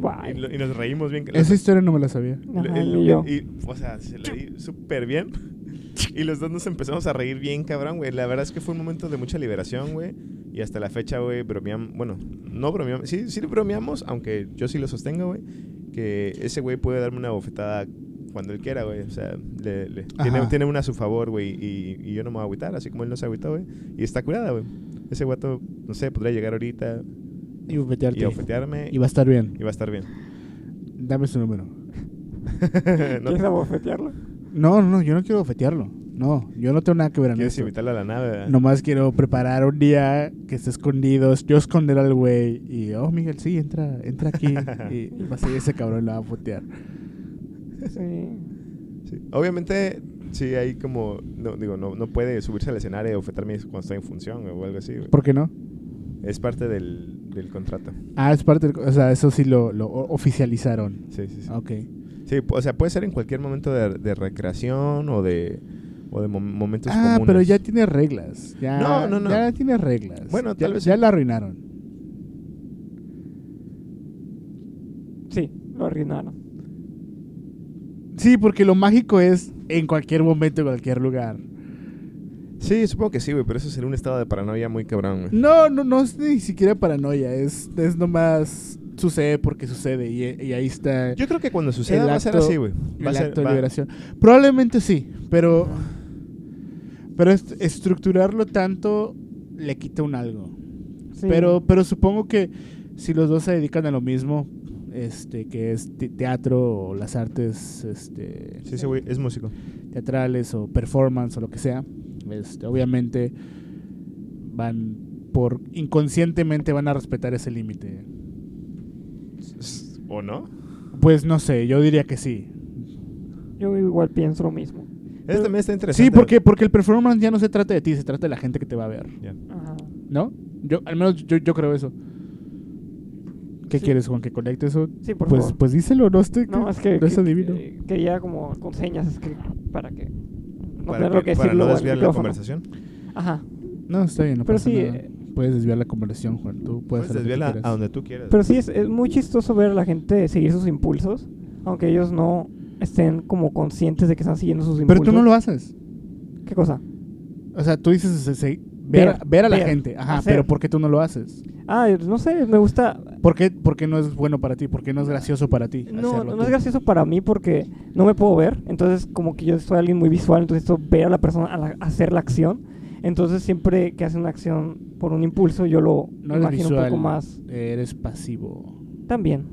Speaker 7: Guay.
Speaker 1: Y, lo- y nos reímos bien.
Speaker 2: Esa historia no me la sabía.
Speaker 1: Lo-
Speaker 7: Ajá,
Speaker 1: el-
Speaker 7: ni yo.
Speaker 1: y, o sea, se le di súper bien. Y los dos nos empezamos a reír bien, cabrón, güey. La verdad es que fue un momento de mucha liberación, güey. Y hasta la fecha, güey, bromeamos. Bueno, no bromeamos. Sí, sí bromeamos, aunque yo sí lo sostengo, güey. Que ese güey puede darme una bofetada cuando él quiera, güey. O sea, le- le- tiene,
Speaker 8: Ajá.
Speaker 1: tiene una a su favor, güey. Y, y yo no me voy a agüitar, así como él no se agüitó, güey. Y está curada, güey. Ese guato, no sé, podría llegar ahorita
Speaker 2: Y bofetearte.
Speaker 1: y ofetearme
Speaker 2: Y va a estar bien.
Speaker 1: y va a estar bien.
Speaker 2: Dame su número.
Speaker 1: No-
Speaker 7: ¿Quieres abofetearlo?
Speaker 2: No, no, yo no quiero bofetearlo. No, yo no tengo nada que ver en
Speaker 1: ¿Quieres
Speaker 2: eso.
Speaker 1: invitarla a la nave? verdad?
Speaker 2: Nomás quiero preparar un día que esté escondido, yo esconder al güey y, oh, Miguel, sí, entra, entra aquí. y va a ser ese cabrón lo va a putear.
Speaker 7: Sí.
Speaker 1: Sí. Obviamente, sí, hay como. No, digo, no, no puede subirse al escenario y ofetarme cuando está en función güey, o algo así, güey.
Speaker 2: ¿Por qué no?
Speaker 1: Es parte del, del contrato.
Speaker 2: Ah, es parte del- O sea, eso sí lo, lo o- oficializaron.
Speaker 1: Sí, sí, sí.
Speaker 2: Ah, Ok.
Speaker 1: Sí, o sea, puede ser en cualquier momento de, de recreación o de, o de mom- momentos
Speaker 2: ah,
Speaker 1: comunes.
Speaker 2: pero ya tiene reglas. Ya,
Speaker 1: No, no, no.
Speaker 2: Ya tiene reglas.
Speaker 1: Bueno,
Speaker 2: Ya-
Speaker 1: tal vez
Speaker 2: Ya la arruinaron.
Speaker 7: Sí, lo arruinaron.
Speaker 2: Sí, porque lo mágico es en cualquier momento, en cualquier lugar.
Speaker 1: Sí, supongo que sí, güey, pero eso sería un estado de paranoia muy cabrón, güey.
Speaker 2: No, no, no es ni siquiera paranoia. Es, es nomás sucede porque sucede y, y ahí está
Speaker 1: Yo creo que cuando suceda
Speaker 2: El
Speaker 1: va a ser
Speaker 2: acto-
Speaker 1: así, güey. Va a
Speaker 2: el
Speaker 1: ser-
Speaker 2: acto de
Speaker 1: va-
Speaker 2: liberación. Probablemente sí, pero. Pero est- estructurarlo tanto le quita un algo.
Speaker 7: Sí.
Speaker 2: Pero, pero supongo que si los dos se dedican a lo mismo, este, que es te- teatro o las artes este,
Speaker 1: Sí, sí, güey, es músico.
Speaker 2: teatrales o performance o lo que sea, este, obviamente van por inconscientemente van a respetar ese límite.
Speaker 1: ¿O no?
Speaker 2: Pues no sé, yo diría que sí.
Speaker 7: Yo igual pienso lo mismo.
Speaker 1: Eso también está interesante.
Speaker 2: Sí, porque porque el performance ya no se trata de ti, se trata de la gente que te va a ver,
Speaker 7: Ajá.
Speaker 2: ¿no? Yo al menos yo, yo creo eso. ¿Qué
Speaker 7: Sí.
Speaker 2: quieres, Juan, que conecte eso?
Speaker 7: Sí, por
Speaker 2: pues
Speaker 7: favor.
Speaker 2: pues díselo, no estoy
Speaker 7: No, es que,
Speaker 2: no es
Speaker 7: que-
Speaker 2: adivino.
Speaker 7: que- quería como con señas es que para que no
Speaker 1: Para,
Speaker 7: tener
Speaker 1: que-
Speaker 7: lo que
Speaker 1: para
Speaker 7: decirlo
Speaker 1: no
Speaker 7: al
Speaker 1: desviar la
Speaker 7: micrófono.
Speaker 1: conversación.
Speaker 7: Ajá.
Speaker 2: No, está bien, no
Speaker 7: Pero
Speaker 2: pasa
Speaker 7: sí,
Speaker 2: nada.
Speaker 7: eh,
Speaker 2: Puedes desviar la conversación, Juan. Tú puedes,
Speaker 1: Puedes
Speaker 2: hacer lo que
Speaker 1: desviarla
Speaker 2: quieras.
Speaker 1: a donde tú quieras.
Speaker 7: Pero sí es, es muy chistoso ver a la gente seguir sus impulsos, aunque ellos no estén como conscientes de que están siguiendo sus impulsos.
Speaker 2: Pero tú no lo haces.
Speaker 7: ¿Qué cosa?
Speaker 2: O sea, tú dices se- se- ver,
Speaker 7: Ver,
Speaker 2: a- ver a la
Speaker 7: ver,
Speaker 2: gente. Ajá,
Speaker 7: hacer.
Speaker 2: pero ¿por qué tú no lo haces?
Speaker 7: Ah, no sé, me gusta.
Speaker 2: ¿Por qué, por qué no es bueno para ti? ¿Por qué no es gracioso para ti?
Speaker 7: No,
Speaker 2: hacerlo
Speaker 7: no es
Speaker 2: tú?
Speaker 7: gracioso para mí porque no me puedo ver, entonces como que yo soy alguien muy visual, entonces necesito ver a la persona a la- hacer la acción, entonces siempre que hace una acción por un impulso yo lo
Speaker 2: No eres
Speaker 7: imagino un
Speaker 2: visual.
Speaker 7: poco más.
Speaker 2: Eres pasivo.
Speaker 7: También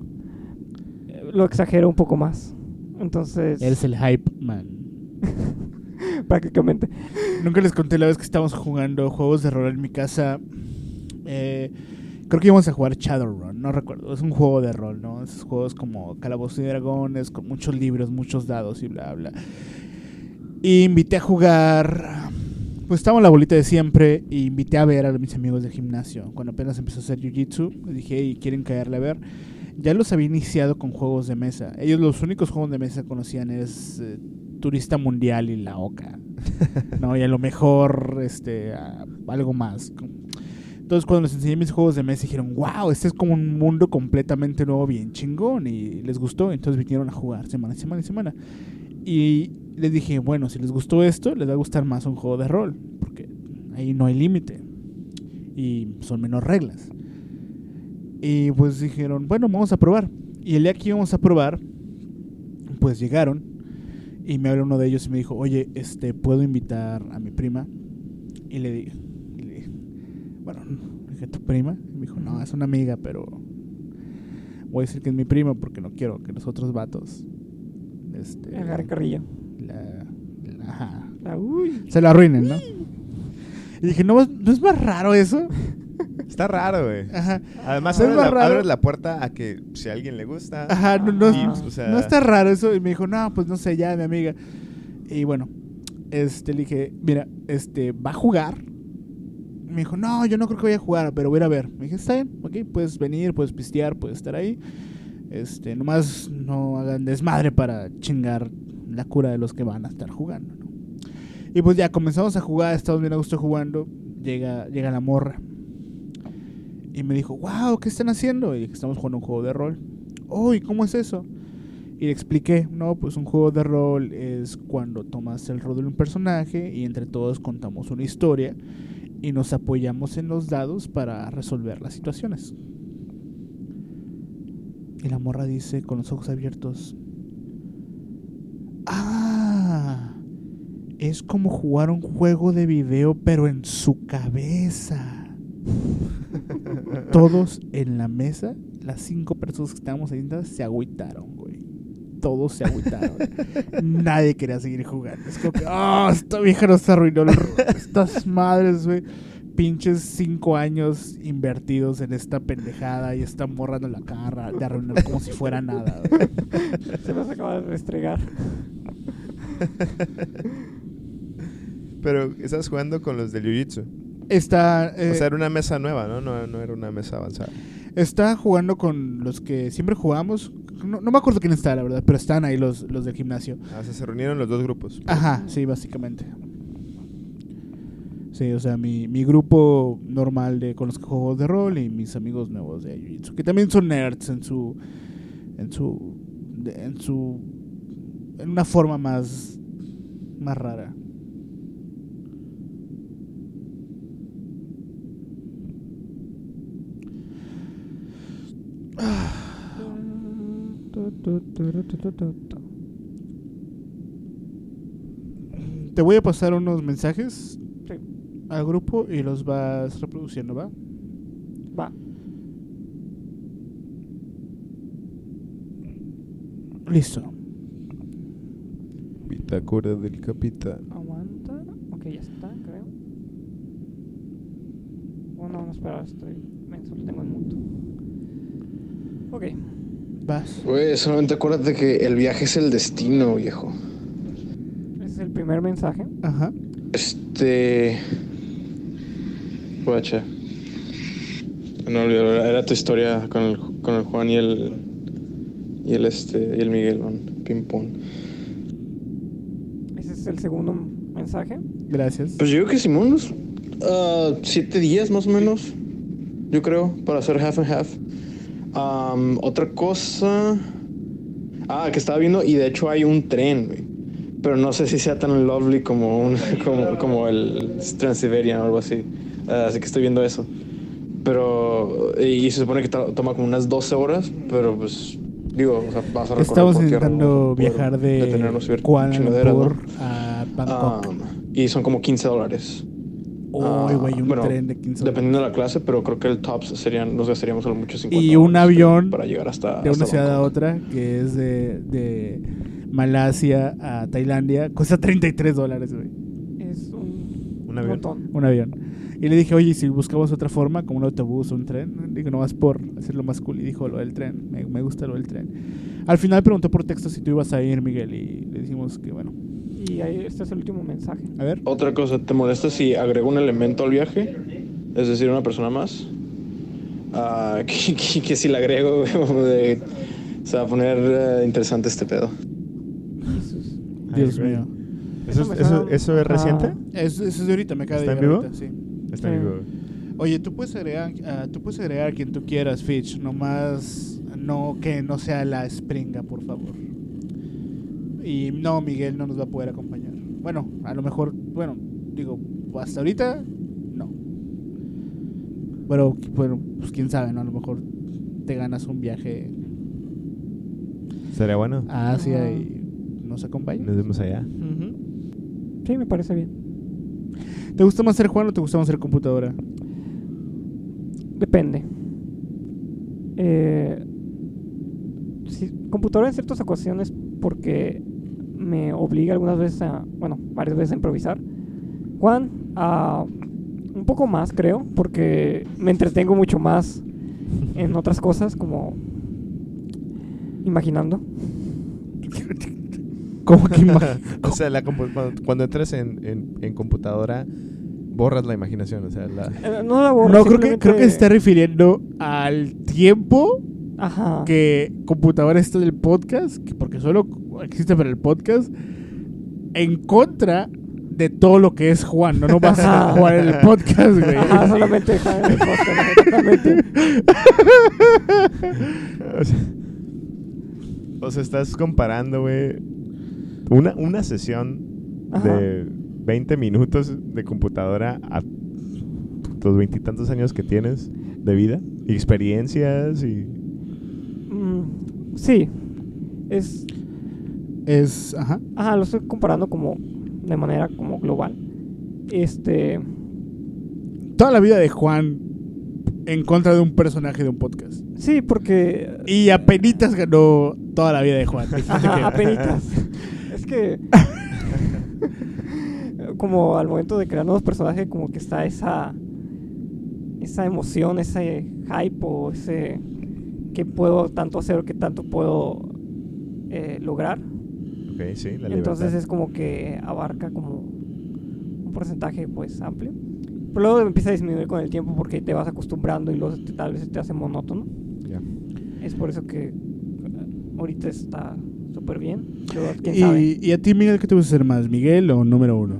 Speaker 7: eh, lo exagero un poco más, entonces
Speaker 2: Eres el hype man.
Speaker 7: prácticamente.
Speaker 2: Nunca les conté la vez que estábamos jugando juegos de rol en mi casa. Eh, creo que íbamos a jugar Shadowrun, no recuerdo. Es un juego de rol, ¿no? Esos juegos como Calabozos y Dragones, con muchos libros, muchos dados y bla, bla. Y invité a jugar. Pues estábamos en la bolita de siempre. Y invité a ver a mis amigos del gimnasio. Cuando apenas empezó a hacer jiu-jitsu, les dije, y quieren caerle a ver. Ya los había iniciado con juegos de mesa. Ellos los únicos juegos de mesa que conocían es eh, Turista Mundial y La Oca. ¿no? Y a lo mejor este, a- algo más. Entonces cuando les enseñé mis juegos de mesa dijeron, wow, este es como un mundo completamente nuevo, bien chingón. Y les gustó, entonces vinieron a jugar semana, semana, semana. Y les dije, bueno, si les gustó esto, les va a gustar más un juego de rol, porque ahí no hay límite. Y son menos reglas. Y pues dijeron, bueno, vamos a probar. Y el día que íbamos a probar, pues llegaron. Y me habló uno de ellos y me dijo, oye, este, ¿puedo invitar a mi prima? Y le dije, y le dije, bueno, le dije, ¿tu prima? Y me dijo, no, es una amiga, pero voy a decir que es mi prima porque no quiero que los otros vatos... Este,
Speaker 7: Agarra carrillo.
Speaker 2: la, la- ajá.
Speaker 7: La- uy.
Speaker 2: Se la arruinen, ¿no? Y dije, ¿no, ¿no es más raro eso?
Speaker 1: Está raro, güey.
Speaker 2: Ajá,
Speaker 1: Además,
Speaker 2: Ah.
Speaker 1: abres
Speaker 2: Es más
Speaker 1: la,
Speaker 2: raro.
Speaker 1: abres la puerta a que si a alguien le gusta.
Speaker 2: ajá no, no,
Speaker 1: y, o sea,
Speaker 2: no está raro eso. Y me dijo, no, pues no sé, ya, mi amiga. Y bueno, este, le dije, mira, este, ¿va a jugar? Me dijo, no, yo no creo que vaya a jugar, pero voy a ir a ver. Me dije, está bien, ok, puedes venir, puedes pistear, puedes estar ahí. Este, nomás no hagan desmadre para chingar la cura de los que van a estar jugando, ¿no? Y pues ya comenzamos a jugar, estamos bien a gusto jugando. Llega, llega la morra. Y me dijo, wow, ¿qué están haciendo? Y dije, estamos jugando un juego de rol. Oh, ¿y cómo es eso? Y le expliqué, no, pues un juego de rol es cuando tomas el rol de un personaje y entre todos contamos una historia y nos apoyamos en los dados para resolver las situaciones. Y la morra dice con los ojos abiertos, "Ah, es como jugar un juego de video, pero en su cabeza. Todos en la mesa, las cinco personas que estábamos ahí sentadas, se agüitaron, güey. Todos se agüitaron. Nadie quería seguir jugando. Es como que, ah, esta vieja nos arruinó el ro- estas madres, güey. Pinches cinco años invertidos en esta pendejada y están borrando la cara de arruinar como si fuera nada. güey".
Speaker 7: Se me acaba de restregar.
Speaker 1: Pero estás jugando con los de Jiu-Jitsu.
Speaker 2: Está, eh,
Speaker 1: o sea, era una mesa nueva, ¿no? ¿no? No era una mesa avanzada.
Speaker 2: está jugando con los que siempre jugamos. No, no me acuerdo quién está, la verdad, pero están ahí los, los del gimnasio.
Speaker 1: Ah, o sea, se reunieron los dos grupos.
Speaker 2: Ajá, sí, básicamente. Sí, o sea, mi, mi grupo normal de con los que juego de rol y mis amigos nuevos de Jiu-Jitsu, que también son nerds en su en su de- en su en una forma más más rara. Te voy a pasar unos mensajes
Speaker 7: Sí.
Speaker 2: al grupo y los vas reproduciendo, ¿va?
Speaker 7: Va.
Speaker 2: Listo.
Speaker 1: Pitácora del capitán.
Speaker 7: Aguanta. Ok, ya está, creo. Oh, no, no, espera, estoy. Me solo tengo el mundo. Ok.
Speaker 2: Vas.
Speaker 9: Güey, solamente acuérdate que el viaje es el destino, viejo.
Speaker 7: Ese es el primer mensaje.
Speaker 2: Ajá.
Speaker 9: Este. Guacha. No olvido, era tu historia con el, con el Juan y el. Y el este. Y el Miguel, man. Ping pong.
Speaker 7: Ese es el segundo mensaje.
Speaker 2: Gracias.
Speaker 9: Pues yo creo que Simón, unos ah, siete días más o menos, yo creo, para hacer half and half. Am, otra cosa. Ah, que estaba viendo, y de hecho hay un tren, güey. Pero no sé si sea tan lovely como, un, como, como el Transiberian o algo así. Ah, así que estoy viendo eso. Pero. Y, se supone que to- toma como unas 12 horas, pero pues. Digo, o sea, vas a recorrer
Speaker 2: Estamos
Speaker 9: por tierra,
Speaker 2: intentando
Speaker 9: vas a poder
Speaker 2: viajar de
Speaker 9: detenernos y ver
Speaker 2: Kuala
Speaker 9: chingaderas, ¿no?
Speaker 10: Lumpur.
Speaker 2: Lumpur a Bangkok.
Speaker 9: Am, Ah, y son como 15 dólares.
Speaker 2: Uy,
Speaker 9: Ah,
Speaker 2: güey, un
Speaker 9: bueno,
Speaker 2: tren de 15 horas.
Speaker 9: Dependiendo de la clase, pero creo que el top serían, nos gastaríamos a lo mucho 50
Speaker 2: Y un
Speaker 9: dólares
Speaker 2: avión
Speaker 9: para llegar hasta
Speaker 2: de una
Speaker 9: hasta
Speaker 2: ciudad a
Speaker 9: Bangkok.
Speaker 2: otra, que es de, de Malasia a Tailandia, cuesta 33 dólares, güey,
Speaker 7: Es un
Speaker 1: Un avión.
Speaker 7: montón.
Speaker 2: un avión. Y le dije, oye, ¿y si buscamos otra forma, como un autobús o un tren, digo, nomás por hacerlo más cool. Y dijo, lo del tren, me, me gusta lo del tren. Al final preguntó por texto si tú ibas a ir, Miguel, y le dijimos que, bueno,
Speaker 7: Y ahí este es el último mensaje.
Speaker 2: a ver.
Speaker 9: Otra cosa, ¿te molesta si agrego un elemento al viaje? Es decir, una persona más. Ah, que, que- que si le agrego, de- se va a poner eh, interesante este pedo.
Speaker 7: Jesús.
Speaker 2: Dios
Speaker 1: güey.
Speaker 2: mío.
Speaker 1: ¿Eso,
Speaker 7: me
Speaker 1: es- eso,
Speaker 7: suena-
Speaker 1: eso es
Speaker 7: ajá.
Speaker 1: reciente?
Speaker 2: Eso, eso es de ahorita, me acaba de
Speaker 1: ¿Está en
Speaker 2: llegar
Speaker 1: vivo?
Speaker 2: ahorita, sí.
Speaker 1: Está
Speaker 7: Sí.
Speaker 1: vivo.
Speaker 2: Oye, tú puedes agregar, ah, tú puedes agregar quien tú quieras, Fitch, nomás no que no sea la Springa, por favor. Y no, Miguel no nos va a poder acompañar. Bueno, a lo mejor, bueno, digo, hasta ahorita no. Pero qu- bueno, pues quién sabe, ¿no? A lo mejor te ganas un viaje
Speaker 1: ¿Sería bueno?
Speaker 2: a Asia
Speaker 7: Ajá.
Speaker 2: y nos acompañas.
Speaker 1: Nos vemos allá.
Speaker 2: Ujú.
Speaker 7: Sí, me parece bien.
Speaker 2: ¿Te gusta más ser Juan o te gusta más ser computadora?
Speaker 7: Depende. Eh, sí, computadora en ciertas ocasiones porque me obliga algunas veces a, bueno, varias veces a improvisar. Juan, ah, un poco más creo, porque me entretengo mucho más en otras cosas como imaginando.
Speaker 2: ¿Cómo que imag-
Speaker 1: o sea, la compu- cuando, cuando entras en, en, en computadora, borras la imaginación. O sea, la,
Speaker 7: Eh, no la borro,
Speaker 2: No, creo que, creo que se está
Speaker 7: simplemente-
Speaker 2: refiriendo al tiempo
Speaker 7: Ajá.
Speaker 2: que computadora está del podcast, que- porque solo existe para el podcast, en contra de todo lo que es Juan. No, no vas a
Speaker 7: Ajá.
Speaker 2: jugar en el podcast, güey.
Speaker 7: Ajá, solamente Juan en el podcast, totalmente.
Speaker 1: o, sea, o sea, estás comparando, güey, una, una sesión
Speaker 7: Ajá.
Speaker 1: de 20 minutos de computadora a los veintitantos años que tienes de vida y experiencias y...
Speaker 7: Mm, sí. Es
Speaker 2: Es, ajá.
Speaker 7: Ajá, lo estoy comparando como de manera como global. Este,
Speaker 2: Toda la vida de Juan en contra de un personaje de un podcast.
Speaker 7: sí, porque
Speaker 2: Y apenitas ganó toda la vida de Juan.
Speaker 7: Ajá, apenitas. Es que. como al momento de crear nuevos personajes, como que está esa. Esa emoción, ese hype o ese. que puedo tanto hacer o que tanto puedo eh, lograr.
Speaker 1: Ok, sí, la
Speaker 7: Entonces
Speaker 1: libertad.
Speaker 7: es como que abarca como un porcentaje pues amplio. Pero luego empieza a disminuir con el tiempo porque te vas acostumbrando y luego te- tal vez se te hace monótono.
Speaker 1: Ya.
Speaker 7: Es por eso que eh, ahorita está súper bien. Luego, ¿Quién sabe?
Speaker 2: Y, y a ti, Miguel, ¿qué te gusta ser más? ¿Miguel o número uno?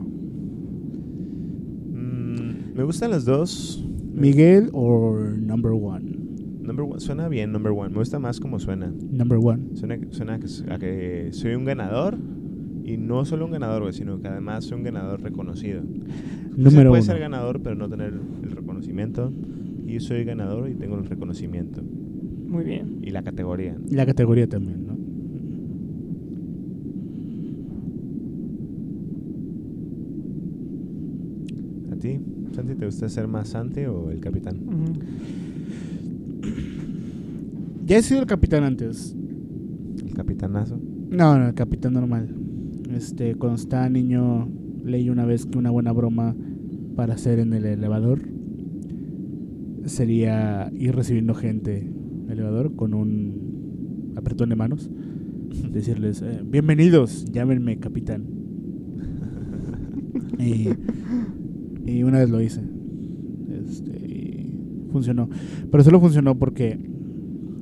Speaker 1: Mm, me gustan las dos.
Speaker 2: ¿Miguel o number one?
Speaker 1: Number one, suena bien, number one. Me gusta más como suena.
Speaker 2: Number one.
Speaker 1: Suena, suena a, que, a que soy un ganador. Y no solo un ganador, güey, sino que además soy un ganador reconocido.
Speaker 2: Número
Speaker 1: puede
Speaker 2: uno.
Speaker 1: ser ganador, pero no tener el reconocimiento. Y yo soy ganador y tengo el reconocimiento.
Speaker 7: Muy bien.
Speaker 1: Y la categoría. ¿no?
Speaker 2: La categoría también, ¿no?
Speaker 1: ¿A ti, Santi, te gusta ser más Santi o el capitán?
Speaker 7: Ujú.
Speaker 2: Ya he sido el capitán antes.
Speaker 1: El capitanazo.
Speaker 2: No, no, el capitán normal. Este, cuando estaba niño, leí una vez que una buena broma para hacer en el elevador sería ir recibiendo gente en el elevador con un apretón de manos. Decirles, eh, bienvenidos, llámenme capitán. y, y una vez lo hice. Este, y funcionó. Pero solo funcionó porque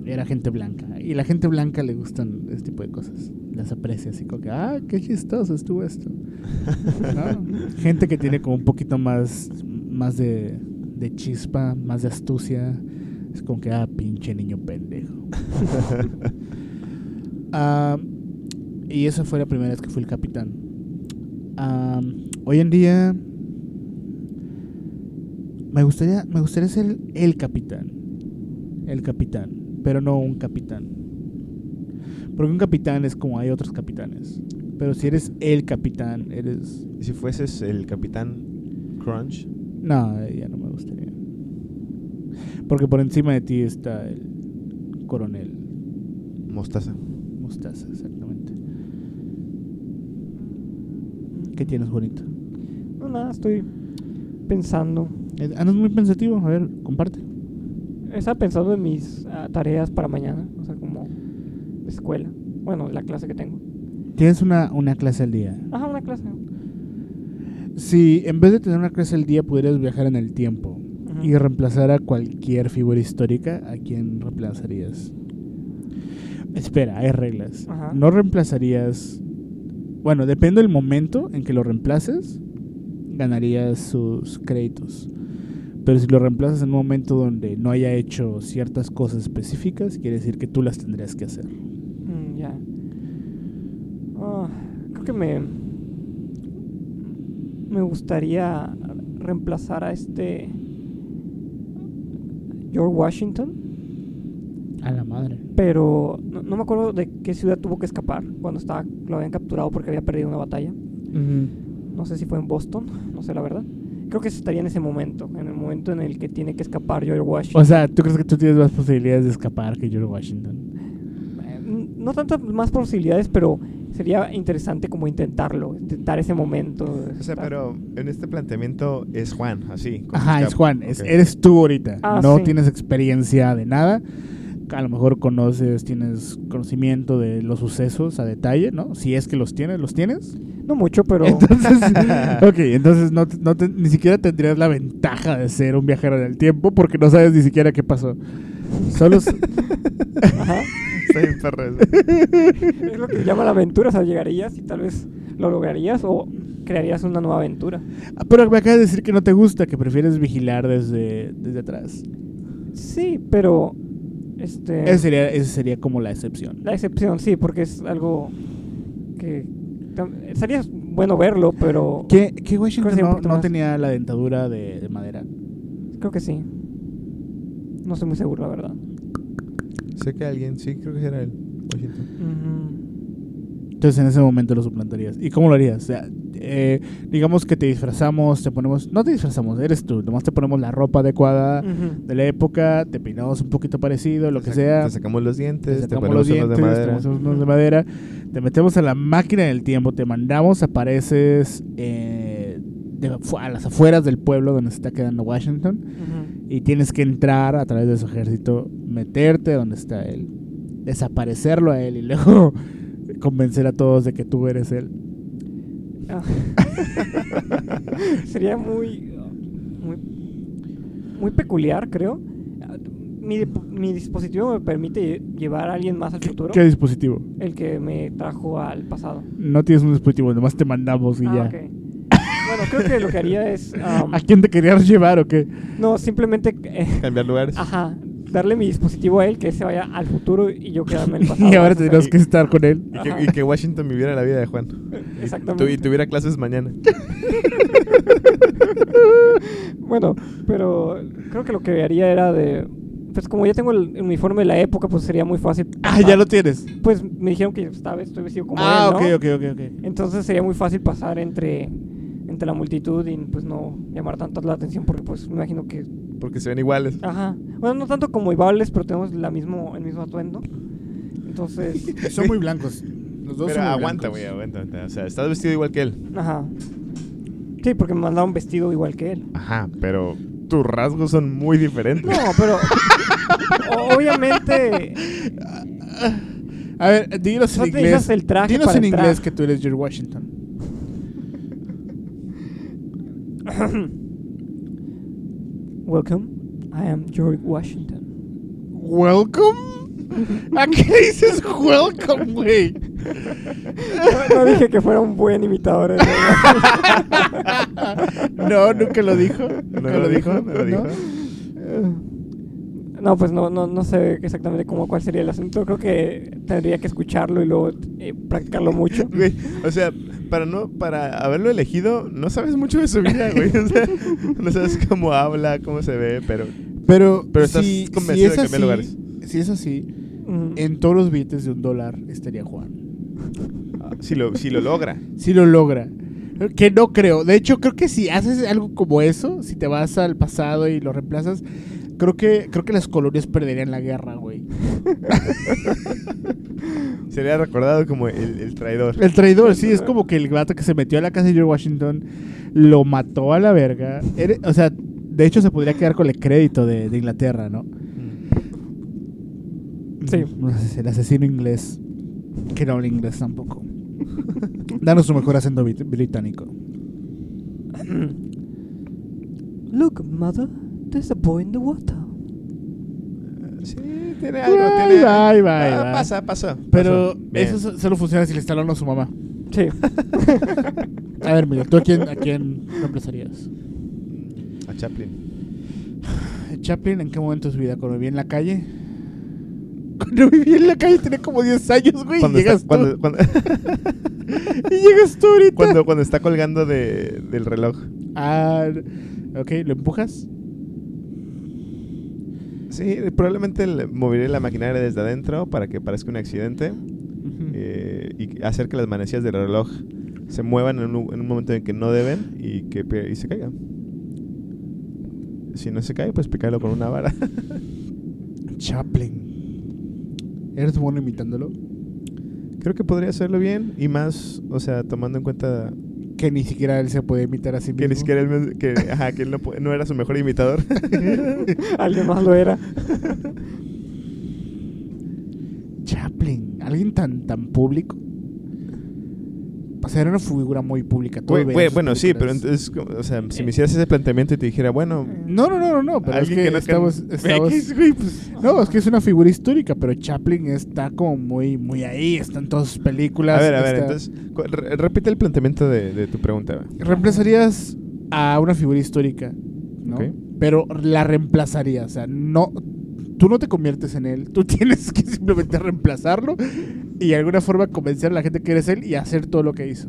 Speaker 2: era gente blanca. Y la gente blanca le gustan este tipo de cosas. Las aprecia así como que, ah, qué chistoso estuvo esto. ¿No? Gente que tiene como un poquito más, más de, de chispa, más de astucia. Es como que, ah, pinche niño pendejo. Ah, y esa fue la primera vez que fui el capitán. Ah, hoy en día me gustaría, me gustaría ser el, el capitán. El capitán. Pero no un capitán. Porque un capitán es como hay otros capitanes. Pero si eres el capitán, eres.
Speaker 1: ¿Y si fueses el capitán Crunch?
Speaker 2: No, ya no me gustaría. Porque por encima de ti está el coronel
Speaker 1: Mostaza.
Speaker 2: Mostaza, exactamente. ¿Qué tienes, bonito?
Speaker 7: No, nada, estoy pensando.
Speaker 2: Eh, Andas muy pensativo. A ver, comparte.
Speaker 7: Estaba pensando en mis ah, tareas para mañana, o sea, como escuela. Bueno, la clase que tengo.
Speaker 2: Tienes una, una clase al día.
Speaker 7: Ajá, una clase.
Speaker 2: Si en vez de tener una clase al día pudieras viajar en el tiempo
Speaker 7: Ujú.
Speaker 2: y reemplazar a cualquier figura histórica, ¿a quién reemplazarías? Espera, hay reglas.
Speaker 7: Ajá.
Speaker 2: No reemplazarías. Bueno, depende del momento en que lo reemplaces, ganarías sus créditos. Pero si lo reemplazas en un momento donde no haya hecho ciertas cosas específicas, quiere decir que tú las tendrías que hacer.
Speaker 7: Mm, ya. Ah, creo que me. Me gustaría reemplazar a este. George Washington.
Speaker 2: A la madre.
Speaker 7: Pero no, no me acuerdo de qué ciudad tuvo que escapar cuando estaba, lo habían capturado porque había perdido una batalla. No sé si fue en Boston, no sé la verdad. Creo que estaría en ese momento, en el momento en el que tiene que escapar George Washington.
Speaker 2: O sea, ¿tú crees que tú tienes más posibilidades de escapar que George Washington?
Speaker 7: Eh, no tantas más posibilidades, pero sería interesante como intentarlo, intentar ese momento.
Speaker 1: O sea, pero en este planteamiento es Juan, así. con sus
Speaker 2: Ajá, es
Speaker 1: cap-
Speaker 2: Juan, es-
Speaker 1: Ok.
Speaker 2: eres tú ahorita.
Speaker 7: Ah,
Speaker 2: no
Speaker 7: sí.
Speaker 2: tienes experiencia de nada. A lo mejor conoces, tienes conocimiento de los sucesos a detalle, ¿no? Si es que los tienes, los tienes.
Speaker 7: No mucho, pero
Speaker 2: Entonces, ok, entonces no, te- no te- ni siquiera tendrías la ventaja de ser un viajero del tiempo porque no sabes ni siquiera qué pasó. Solo s-
Speaker 7: ajá,
Speaker 1: Está bien perro eso.
Speaker 7: es lo que llama la aventura. O sea, llegarías y tal vez lo lograrías o crearías una nueva aventura.
Speaker 2: Ah, Pero me acabas de decir que no te gusta, que prefieres vigilar desde, desde atrás.
Speaker 7: Eh. Sí, pero este
Speaker 2: Esa sería, esa sería como la excepción.
Speaker 7: la excepción, sí, porque es algo que tam- sería bueno verlo, pero
Speaker 2: ¿Qué, qué
Speaker 7: Creo
Speaker 2: Washington
Speaker 7: que
Speaker 2: no,
Speaker 7: importa
Speaker 2: no
Speaker 7: más.
Speaker 2: tenía la dentadura de- de madera?
Speaker 7: creo que sí. No estoy muy seguro, la verdad.
Speaker 1: Sé que alguien, sí, creo que era él. Washington.
Speaker 7: Ujú.
Speaker 2: Entonces en ese momento lo suplantarías. ¿Y cómo lo harías? O sea, eh, digamos que te disfrazamos, te ponemos, no te disfrazamos, eres tú, nomás te ponemos la ropa adecuada
Speaker 1: Mm.
Speaker 7: Ujú.
Speaker 2: de la época, te peinamos un poquito parecido, lo que sea,
Speaker 1: Te sacamos los dientes, te,
Speaker 2: sacamos
Speaker 1: ponemos
Speaker 2: los
Speaker 1: unos
Speaker 2: dientes,
Speaker 1: de madera.
Speaker 2: te ponemos unos de madera, te metemos a la máquina del tiempo, te mandamos, apareces eh, de afu- a las afueras del pueblo donde se está quedando Washington
Speaker 7: Ujú.
Speaker 2: y tienes que entrar a través de su ejército, meterte donde está él, desaparecerlo a él y luego convencer a todos de que tú eres él.
Speaker 7: Ah. Sería muy, muy, muy peculiar, creo. Ah, Mi, dip- mi dispositivo me permite lle- llevar a alguien más al futuro,
Speaker 2: ¿Qué dispositivo?
Speaker 7: el que me trajo al pasado.
Speaker 2: No tienes un dispositivo, nomás te mandamos y
Speaker 7: Ah,
Speaker 2: ya.
Speaker 7: ok. bueno, creo que lo que haría es... am,
Speaker 2: ¿A quién te querías llevar o qué?
Speaker 7: no, simplemente... eh,
Speaker 1: Cambiar lugares.
Speaker 7: ajá, darle mi dispositivo a él, que se vaya al futuro y yo quedarme en el pasado.
Speaker 2: Y ahora
Speaker 7: O sea,
Speaker 2: tendrás que estar con él.
Speaker 1: Y, que,
Speaker 7: Ajá.
Speaker 1: y que Washington viviera la vida de Juan. Y tu- Y,
Speaker 7: Exactamente.
Speaker 1: tuviera clases mañana.
Speaker 7: Bueno, pero creo que lo que haría era de... Pues como ya tengo el uniforme de la época, pues sería muy fácil.
Speaker 2: Ah, ya lo tienes.
Speaker 7: Pues me dijeron que esta vez estoy vestido como
Speaker 2: Ah,
Speaker 7: él, ¿no?
Speaker 2: ok, ok, ok, ok.
Speaker 7: Entonces sería muy fácil pasar entre, entre la multitud y pues no llamar tanto la atención porque pues me imagino que...
Speaker 1: Porque se ven iguales.
Speaker 7: Ajá. Bueno, no tanto como iguales, pero tenemos la mismo, el mismo atuendo. Entonces...
Speaker 8: Son muy blancos. Los dos
Speaker 1: Pero
Speaker 8: son muy
Speaker 1: aguanta,
Speaker 8: blancos.
Speaker 1: güey, aguanta, aguanta. O sea, estás vestido igual que él.
Speaker 7: Ajá. Sí, porque me mandaron vestido igual que él.
Speaker 1: Ajá, pero tus rasgos son muy diferentes.
Speaker 7: No, pero... o- obviamente...
Speaker 2: A ver, dinos
Speaker 7: No
Speaker 2: en
Speaker 7: te digas
Speaker 2: inglés.
Speaker 7: el traje
Speaker 2: Dinos
Speaker 7: para
Speaker 2: en
Speaker 7: entrar.
Speaker 2: inglés que tú eres George Washington.
Speaker 7: Welcome, I am George Washington.
Speaker 2: ¿Welcome? ¿A qué dices welcome, güey?
Speaker 7: No, no dije que fuera un buen imitador. ¿eh?
Speaker 2: No, nunca lo dijo. Nunca
Speaker 1: lo
Speaker 2: lo
Speaker 1: dijo,
Speaker 2: dijo.
Speaker 1: no lo dijo.
Speaker 7: No, pues no, no, no sé exactamente cómo, cuál sería el acento. Creo que tendría que escucharlo y luego eh, practicarlo mucho.
Speaker 1: Güey, o sea, para no, para haberlo elegido, no sabes mucho de su vida, güey. O sea, no sabes cómo habla, cómo se ve, pero
Speaker 8: Pero,
Speaker 1: Pero estás
Speaker 8: si,
Speaker 1: convencido
Speaker 8: si
Speaker 1: de
Speaker 8: es
Speaker 1: cambiar
Speaker 8: así,
Speaker 1: lugares.
Speaker 8: Si es así,
Speaker 7: Mm.
Speaker 8: en todos los billetes de un dólar estaría Juan.
Speaker 1: ah, si lo, si lo logra.
Speaker 8: Si lo logra. Que no creo. De hecho, creo que si haces algo como eso, si te vas al pasado y lo reemplazas, creo que, creo que las colonias perderían la guerra, güey.
Speaker 1: Sería recordado como el, el traidor.
Speaker 2: El traidor, sí, es como que el vato que se metió a la casa de George Washington lo mató a la verga. Era- o sea, de hecho se podría quedar con el crédito de, de Inglaterra, ¿no?
Speaker 7: Sí.
Speaker 2: Mm, El asesino inglés, que no habla inglés tampoco. Danos tu mejor acento brit- británico.
Speaker 7: Look, mother, there's a boy in the water.
Speaker 1: Sí, tiene Ah,
Speaker 2: Ay, va, ahí va, ahí va.
Speaker 1: Pasa, pasa.
Speaker 2: Pero
Speaker 1: Bien.
Speaker 2: eso so- solo funciona si le está hablando a su mamá.
Speaker 7: Sí.
Speaker 2: A ver, Miguel, ¿tú a quién, a quién reemplazarías?
Speaker 1: A Chaplin.
Speaker 2: Chaplin, ¿en qué momento de su vida? ¿Cuando vivía en la calle? Cuando vivía en la calle tenía como 10 años, güey.
Speaker 1: Cuando
Speaker 2: y llegas
Speaker 1: está, cuando,
Speaker 2: tú.
Speaker 1: cuando,
Speaker 2: Y llegas tú ahorita.
Speaker 1: cuando, cuando está colgando de, del reloj.
Speaker 2: Ah, ok, ¿lo empujas?
Speaker 1: Sí, probablemente le moveré la maquinaria desde adentro para que parezca un accidente eh, y hacer que las manecillas del reloj se muevan en un, en un momento en que no deben y que pe- y se caiga. Si no se cae, pues picarlo con una vara.
Speaker 2: Chaplin. ¿Eres bueno imitándolo?
Speaker 1: Creo que podría hacerlo bien y más, o sea, tomando en cuenta
Speaker 2: Que ni siquiera él se puede imitar a sí mismo.
Speaker 1: que ni siquiera él, me- que, ajá, que él no, pu- no era su mejor imitador.
Speaker 7: Alguien más lo era.
Speaker 2: Chaplin, alguien tan, tan público. O sea, era una figura muy pública. todo
Speaker 1: Güey,
Speaker 2: veía
Speaker 1: güey,
Speaker 2: sus
Speaker 1: bueno, sí, pero
Speaker 2: películas.
Speaker 1: entonces, como- o sea,
Speaker 7: Eh.
Speaker 1: si me hicieras ese planteamiento y te dijera, bueno,
Speaker 2: No, no, no, no, no, pero es
Speaker 1: Alguien
Speaker 2: que,
Speaker 1: que no- que-
Speaker 2: estamos... estamos-
Speaker 1: X, güey, pues,
Speaker 2: no, es que es una figura histórica, pero Chaplin está como muy, muy ahí, está en todas sus
Speaker 7: Eh,
Speaker 2: películas.
Speaker 1: A ver, a ver,
Speaker 2: está-
Speaker 1: entonces, cu- re- repite el planteamiento de, de tu pregunta. güey.
Speaker 2: Reemplazarías a una figura histórica, ¿no?
Speaker 1: Ok.
Speaker 2: Pero la reemplazarías, o sea, no... Tú no te conviertes en él, tú tienes que simplemente reemplazarlo y de alguna forma convencer a la gente que eres él y hacer todo lo que hizo.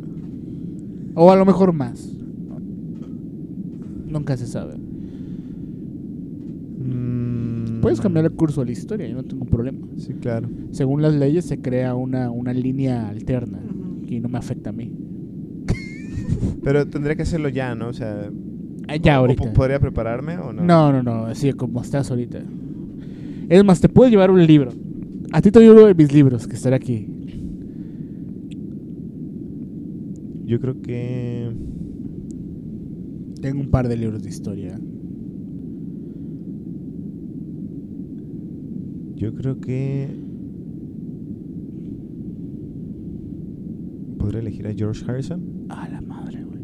Speaker 2: O a lo mejor más. Nunca se sabe.
Speaker 1: Mm.
Speaker 2: Puedes cambiar el curso de la historia, yo no tengo problema.
Speaker 1: Sí, claro.
Speaker 2: según las leyes se crea una, una línea alterna y no me afecta a mí.
Speaker 1: Pero tendría que hacerlo ya, ¿no? O sea,
Speaker 2: Ah, Ya
Speaker 1: ¿o- o
Speaker 2: ahorita.
Speaker 1: po- ¿Podría prepararme o no?
Speaker 2: No, no, no, así como estás ahorita. Es más, te puedes llevar un libro. A ti te llevo mis libros que están aquí.
Speaker 1: Yo creo que...
Speaker 2: Tengo un par de libros de historia.
Speaker 1: Yo creo que... Podría elegir a George Harrison
Speaker 2: A la madre, güey.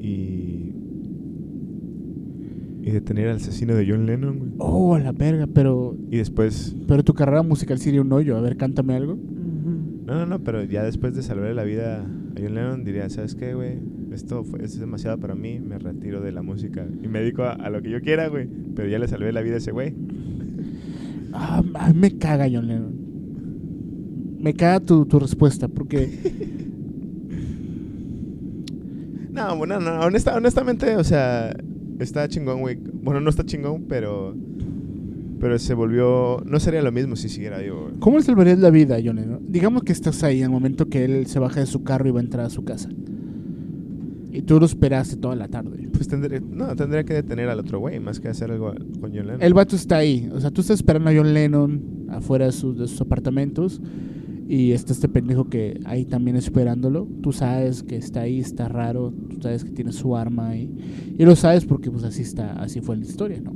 Speaker 1: y... Y detener al asesino de John Lennon, güey.
Speaker 2: Oh, a la verga, pero
Speaker 1: Y después...
Speaker 2: pero tu carrera musical sería un hoyo. A ver, cántame algo.
Speaker 7: Ujú.
Speaker 1: No, no, no, pero ya después de salvarle la vida a John Lennon diría, ¿sabes qué, güey? Esto fue- es demasiado para mí, me retiro de la música y me dedico a, a lo que yo quiera, güey. Pero ya le salvé la vida a ese güey.
Speaker 2: Ah, a mí me caga John Lennon. Me caga tu, tu respuesta, porque
Speaker 1: No, bueno, no, no, honesta- honestamente, o sea, está chingón, güey. Bueno, no está chingón, pero... Pero se volvió... No sería lo mismo si siguiera vivo, güey.
Speaker 2: ¿cómo le salvarías la vida a John Lennon? Digamos que estás ahí al momento que él se baja de su carro y va a entrar a su casa. Y tú lo esperaste toda la tarde.
Speaker 1: Pues tendría... No, tendría que detener al otro güey, más que hacer algo con John Lennon.
Speaker 2: El vato está ahí. O sea, tú estás esperando a John Lennon afuera de, sus- de sus apartamentos. Y está este pendejo que ahí también esperándolo. Tú sabes que está ahí, está raro. Tú sabes que tiene su arma ahí. Y lo sabes porque pues así está, así fue la historia, ¿no?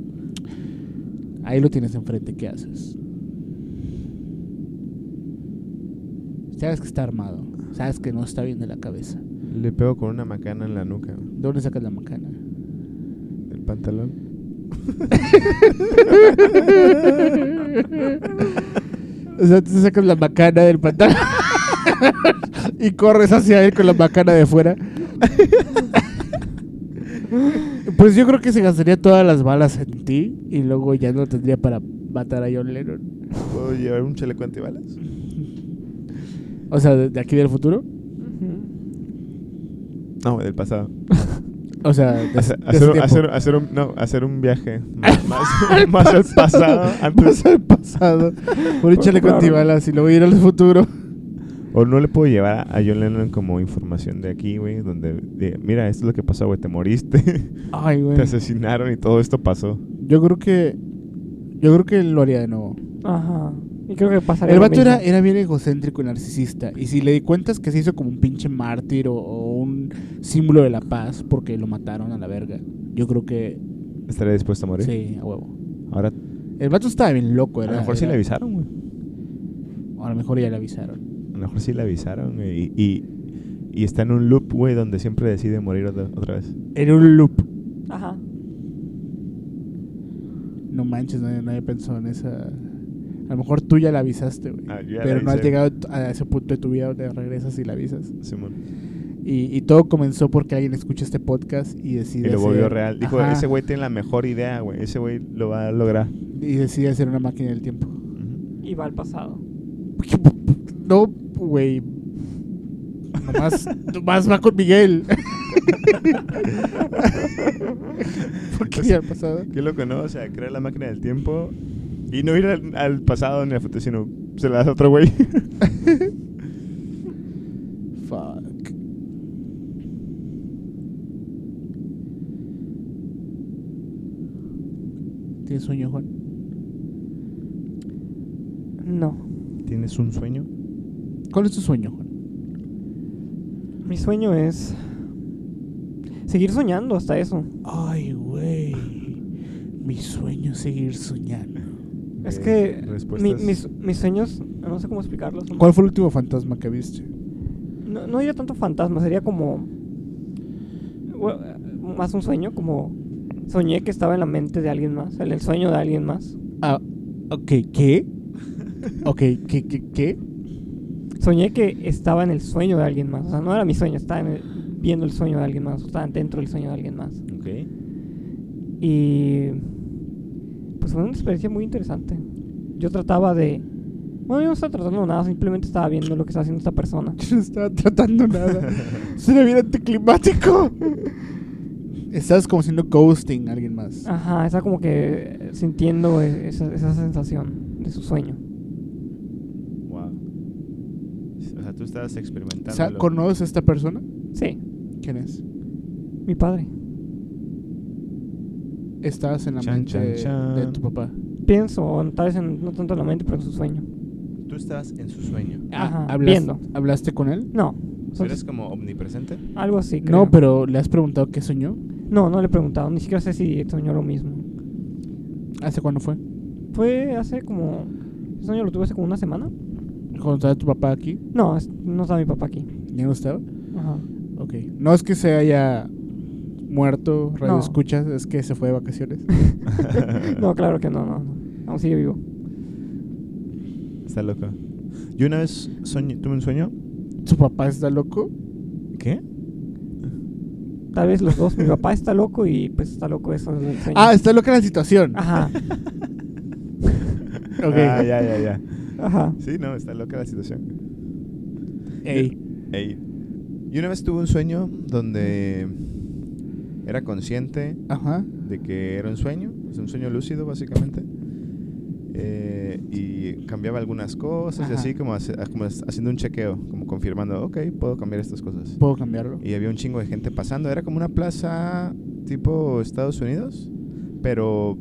Speaker 2: Ahí lo tienes enfrente, ¿qué haces? Sabes que está armado. Sabes que no está bien de la cabeza.
Speaker 1: Le pego con una macana en la nuca, güey.
Speaker 2: ¿De dónde sacas la macana?
Speaker 1: El pantalón.
Speaker 2: O sea, tú sacas la macana del pantalón y corres hacia él con la macana de fuera. Pues yo creo que se gastaría todas las balas en ti y luego ya no tendría para matar a John Lennon.
Speaker 1: ¿Puedo llevar un chaleco antibalas?
Speaker 2: O sea, de de aquí del futuro.
Speaker 7: Ujú.
Speaker 1: No, güey, del pasado.
Speaker 2: O sea, de- de
Speaker 1: Hacer,
Speaker 2: ese
Speaker 1: hacer-
Speaker 2: tiempo.
Speaker 1: hacer- hacer un, no, hacer un viaje más, más, más al pasado antes.
Speaker 2: Más al pasado. Un chaleco
Speaker 7: Claro.
Speaker 2: antibalas y luego ir al futuro.
Speaker 1: O no le puedo llevar a, a John Lennon como información de aquí, güey, donde diga, mira, esto es lo que pasó, güey, te moriste,
Speaker 2: Ay, güey.
Speaker 1: te asesinaron y todo esto pasó.
Speaker 2: Yo creo que. Yo creo que lo haría de nuevo.
Speaker 7: Ajá. Y creo que pasaría.
Speaker 2: El
Speaker 7: lo
Speaker 2: vato era,
Speaker 7: mismo.
Speaker 2: era bien egocéntrico y narcisista. Y si le di cuentas que se hizo como un pinche mártir o, o un símbolo de la paz porque lo mataron a la verga, yo creo que
Speaker 1: Estaría dispuesto a morir.
Speaker 2: sí, a huevo.
Speaker 1: Ahora,
Speaker 2: El vato estaba bien loco,
Speaker 1: a
Speaker 2: era.
Speaker 1: lo mejor sí
Speaker 2: era-
Speaker 1: le avisaron, güey.
Speaker 2: A lo mejor ya le avisaron.
Speaker 1: A lo mejor sí le avisaron güey, y, y, y está en un loop, güey, donde siempre decide morir otra, otra vez.
Speaker 2: Era un loop.
Speaker 7: Ajá.
Speaker 2: No manches, nadie, nadie pensó en esa. A lo mejor tú ya la avisaste, güey.
Speaker 1: Ah, yo ya le
Speaker 2: Pero no has
Speaker 1: avisé.
Speaker 2: llegado t- a ese punto de tu vida donde regresas y la avisas.
Speaker 1: Simón.
Speaker 2: Y, y todo comenzó porque alguien escucha este podcast y
Speaker 1: Y
Speaker 2: decide.
Speaker 1: lo volvió
Speaker 2: hacer-
Speaker 1: real. Dijo,
Speaker 2: Ajá.
Speaker 1: ese güey tiene la mejor idea, güey. Ese güey lo va a lograr.
Speaker 2: Y decide hacer una máquina del tiempo.
Speaker 1: Ujú.
Speaker 7: Y va al pasado.
Speaker 2: No, güey. Nomás, nomás va con Miguel. Porque ya el pasado.
Speaker 1: Qué loco, ¿no? O sea, crear la máquina del tiempo y no ir al, al pasado ni al futuro, sino se la das a otro güey.
Speaker 2: Fuck. ¿Tienes sueño, Juan?
Speaker 7: No.
Speaker 1: ¿Tienes un sueño?
Speaker 2: ¿Cuál es tu sueño, Juan?
Speaker 7: Mi sueño es. Seguir soñando hasta eso.
Speaker 2: Ay, güey. Mi sueño es seguir soñando.
Speaker 7: Es
Speaker 1: Eh,
Speaker 7: que mi-
Speaker 1: respuestas.
Speaker 7: mis, mis sueños, no sé cómo explicarlos.
Speaker 2: ¿Cuál fue el último fantasma que viste?
Speaker 7: No, no diría tanto fantasma, sería como... bueno, más un sueño, como... Soñé que estaba en la mente de alguien más, en el sueño de alguien más.
Speaker 2: Ah, ok, ¿qué? Ok, ¿qué, qué, qué?
Speaker 7: Soñé que estaba en el sueño de alguien más. O sea, no era mi sueño, estaba en el- viendo el sueño de alguien más, o estaba dentro del sueño de alguien más. Y... Pues fue una experiencia muy interesante. Yo trataba de... Bueno, yo no estaba tratando de nada, simplemente estaba viendo lo que estaba haciendo esta persona.
Speaker 2: Yo no estaba tratando nada. Suena bien anticlimático. Estás como haciendo ghosting a alguien más.
Speaker 7: Ajá, está como que eh, sintiendo e- esa, esa sensación de su sueño.
Speaker 1: Wow. O sea, tú estabas experimentando.
Speaker 2: O sea,
Speaker 1: lo-
Speaker 2: ¿conoces a esta persona?
Speaker 7: Sí,
Speaker 2: ¿Quién es?
Speaker 7: mi padre.
Speaker 2: Estabas en la
Speaker 1: Chan,
Speaker 2: mente
Speaker 1: chan, chan.
Speaker 2: de tu papá.
Speaker 7: Pienso, o tal vez en- no tanto en la mente, pero en su sueño.
Speaker 1: Tú estabas en su sueño.
Speaker 7: Ajá,
Speaker 2: ¿hablas-
Speaker 7: viendo.
Speaker 2: ¿Hablaste con él?
Speaker 7: No,
Speaker 1: ¿Tú ¿Eres como omnipresente?
Speaker 7: algo así.
Speaker 2: No,
Speaker 7: creo.
Speaker 2: pero ¿le has preguntado qué soñó?
Speaker 7: No, no le he preguntado, ni siquiera sé si soñó lo mismo.
Speaker 2: ¿Hace cuándo fue?
Speaker 7: Fue hace como. Ese sueño lo tuve hace como una semana.
Speaker 2: ¿Cuando estaba tu papá aquí?
Speaker 7: No, es- no estaba mi papá aquí.
Speaker 2: ¿Ya no estaba?
Speaker 7: Ajá.
Speaker 2: Ok. No es que se haya muerto, radio
Speaker 7: No.
Speaker 2: escuchas, es que se fue de vacaciones.
Speaker 7: No, claro que no, no, no. Aún sigue vivo.
Speaker 1: Está loco. Yo una vez soñé- tuve un sueño.
Speaker 2: ¿Su papá está loco?
Speaker 1: ¿Qué?
Speaker 7: Tal vez los dos. Mi papá está loco y pues está loco eso del sueño.
Speaker 2: Ah, está loca la situación.
Speaker 7: Ajá,
Speaker 2: Ok.
Speaker 1: Ah, ya, ya, ya.
Speaker 7: ajá.
Speaker 1: Sí, no, está loca la situación.
Speaker 2: Ey.
Speaker 1: Ey. Yo una vez tuve un sueño donde era consciente
Speaker 2: Ajá.
Speaker 1: de que era un sueño, es un sueño lúcido básicamente. Eh, y cambiaba algunas cosas y
Speaker 2: Ajá.
Speaker 1: así como, hace- como haciendo un chequeo, como confirmando, ok, puedo cambiar estas cosas.
Speaker 2: ¿Puedo cambiarlo?
Speaker 1: Y había un chingo de gente pasando. Era como una plaza tipo Estados Unidos, pero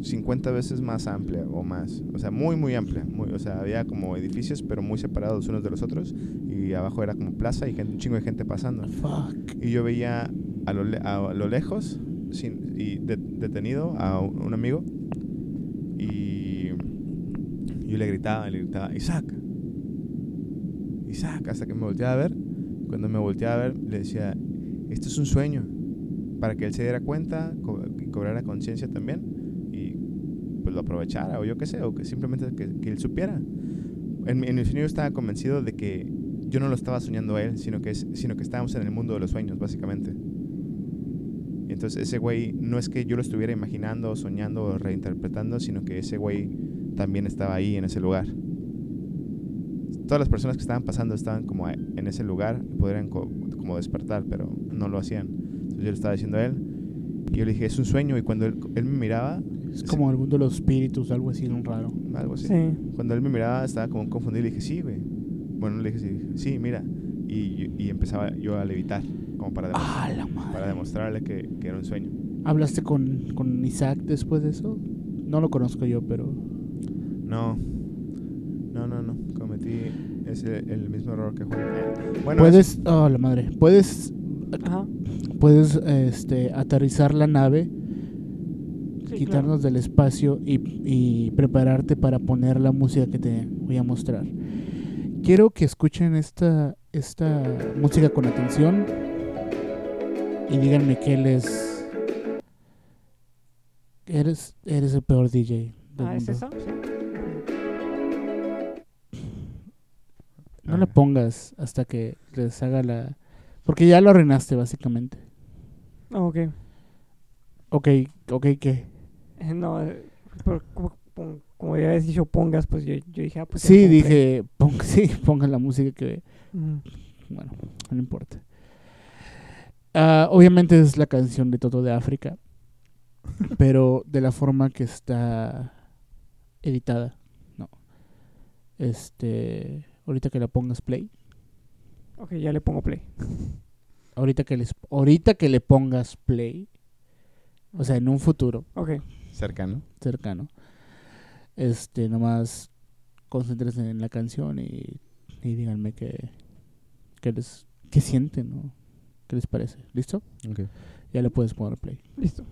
Speaker 1: 50 veces más amplia o más. O sea, muy, muy amplia. Muy, o sea, había como edificios, pero muy separados unos de los otros. Y abajo era como plaza y gente- un chingo de gente pasando.
Speaker 2: Fuck.
Speaker 1: Y yo veía a lo, le- a lo lejos, sin, y de- detenido, a un un amigo. Y yo le gritaba, le gritaba, Isaac. Isaac, hasta que me volteaba a ver. Cuando me volteaba a ver, le decía, esto es un sueño. Para que él se diera cuenta, co- y cobrara conciencia también. Y pues lo aprovechara, o yo qué sé, o que simplemente que, que él supiera. En, mi- en el sueño yo estaba convencido de que yo no lo estaba soñando a él, sino que, es- sino que estábamos en el mundo de los sueños, básicamente. Y entonces ese güey no es que yo lo estuviera imaginando, soñando o reinterpretando, sino que ese güey también estaba ahí en ese lugar. Todas las personas que estaban pasando estaban como a- en ese lugar y podrían co- como despertar, pero no lo hacían. Entonces yo le estaba diciendo a él y yo le dije, es un sueño. Y cuando él, él me miraba,
Speaker 2: Es como el mundo de los espíritus, algo así, un raro.
Speaker 1: algo así.
Speaker 7: Sí.
Speaker 1: Cuando él me miraba estaba como confundido y le dije, sí, güey. Bueno, no le dije, sí, dije, sí, mira. Y, y empezaba yo a levitar, como para, demos-
Speaker 2: Ah, la madre.
Speaker 1: para demostrarle que, que era un sueño.
Speaker 2: ¿Hablaste con, con Isaac después de eso? No lo conozco yo, pero...
Speaker 1: No, no, no, no. Cometí ese, el mismo error que Juan. Bueno,
Speaker 2: Puedes... Oh, la madre. Puedes...
Speaker 7: Ajá.
Speaker 2: Puedes este, aterrizar la nave,
Speaker 7: Sí,
Speaker 2: quitarnos del espacio y, y prepararte para poner la música que te voy a mostrar. Quiero que escuchen esta, esta música con atención y díganme qué les... Eres, eres el peor DJ. del
Speaker 7: claro. Ah, ¿es
Speaker 2: mundo.
Speaker 7: esa? Sí.
Speaker 2: No la pongas hasta que les haga la... Porque ya lo arruinaste, básicamente.
Speaker 7: Ah, ok.
Speaker 2: Ok, ok, ¿qué?
Speaker 7: Eh, No, eh, pero como, como- como ya habías dicho, pongas, pues yo, yo dije, ah, pues. ya
Speaker 2: Sí,
Speaker 7: pongo play. Mm.
Speaker 2: dije, pon- sí, pongan la música que...
Speaker 7: Ujú.
Speaker 2: Bueno, no importa. Ah, obviamente es la canción de Toto de África, pero de la forma que está editada, no. Este, ahorita que la pongas play,
Speaker 7: Ok, ya le pongo play.
Speaker 2: ahorita que les, ahorita que le pongas play, o sea, en un futuro
Speaker 7: Ok.
Speaker 1: cercano.
Speaker 2: cercano, este, nomás concéntrense en la canción y, y díganme qué, qué les, qué sienten o qué les parece. ¿Listo? Ya le puedes poner play.
Speaker 7: Listo.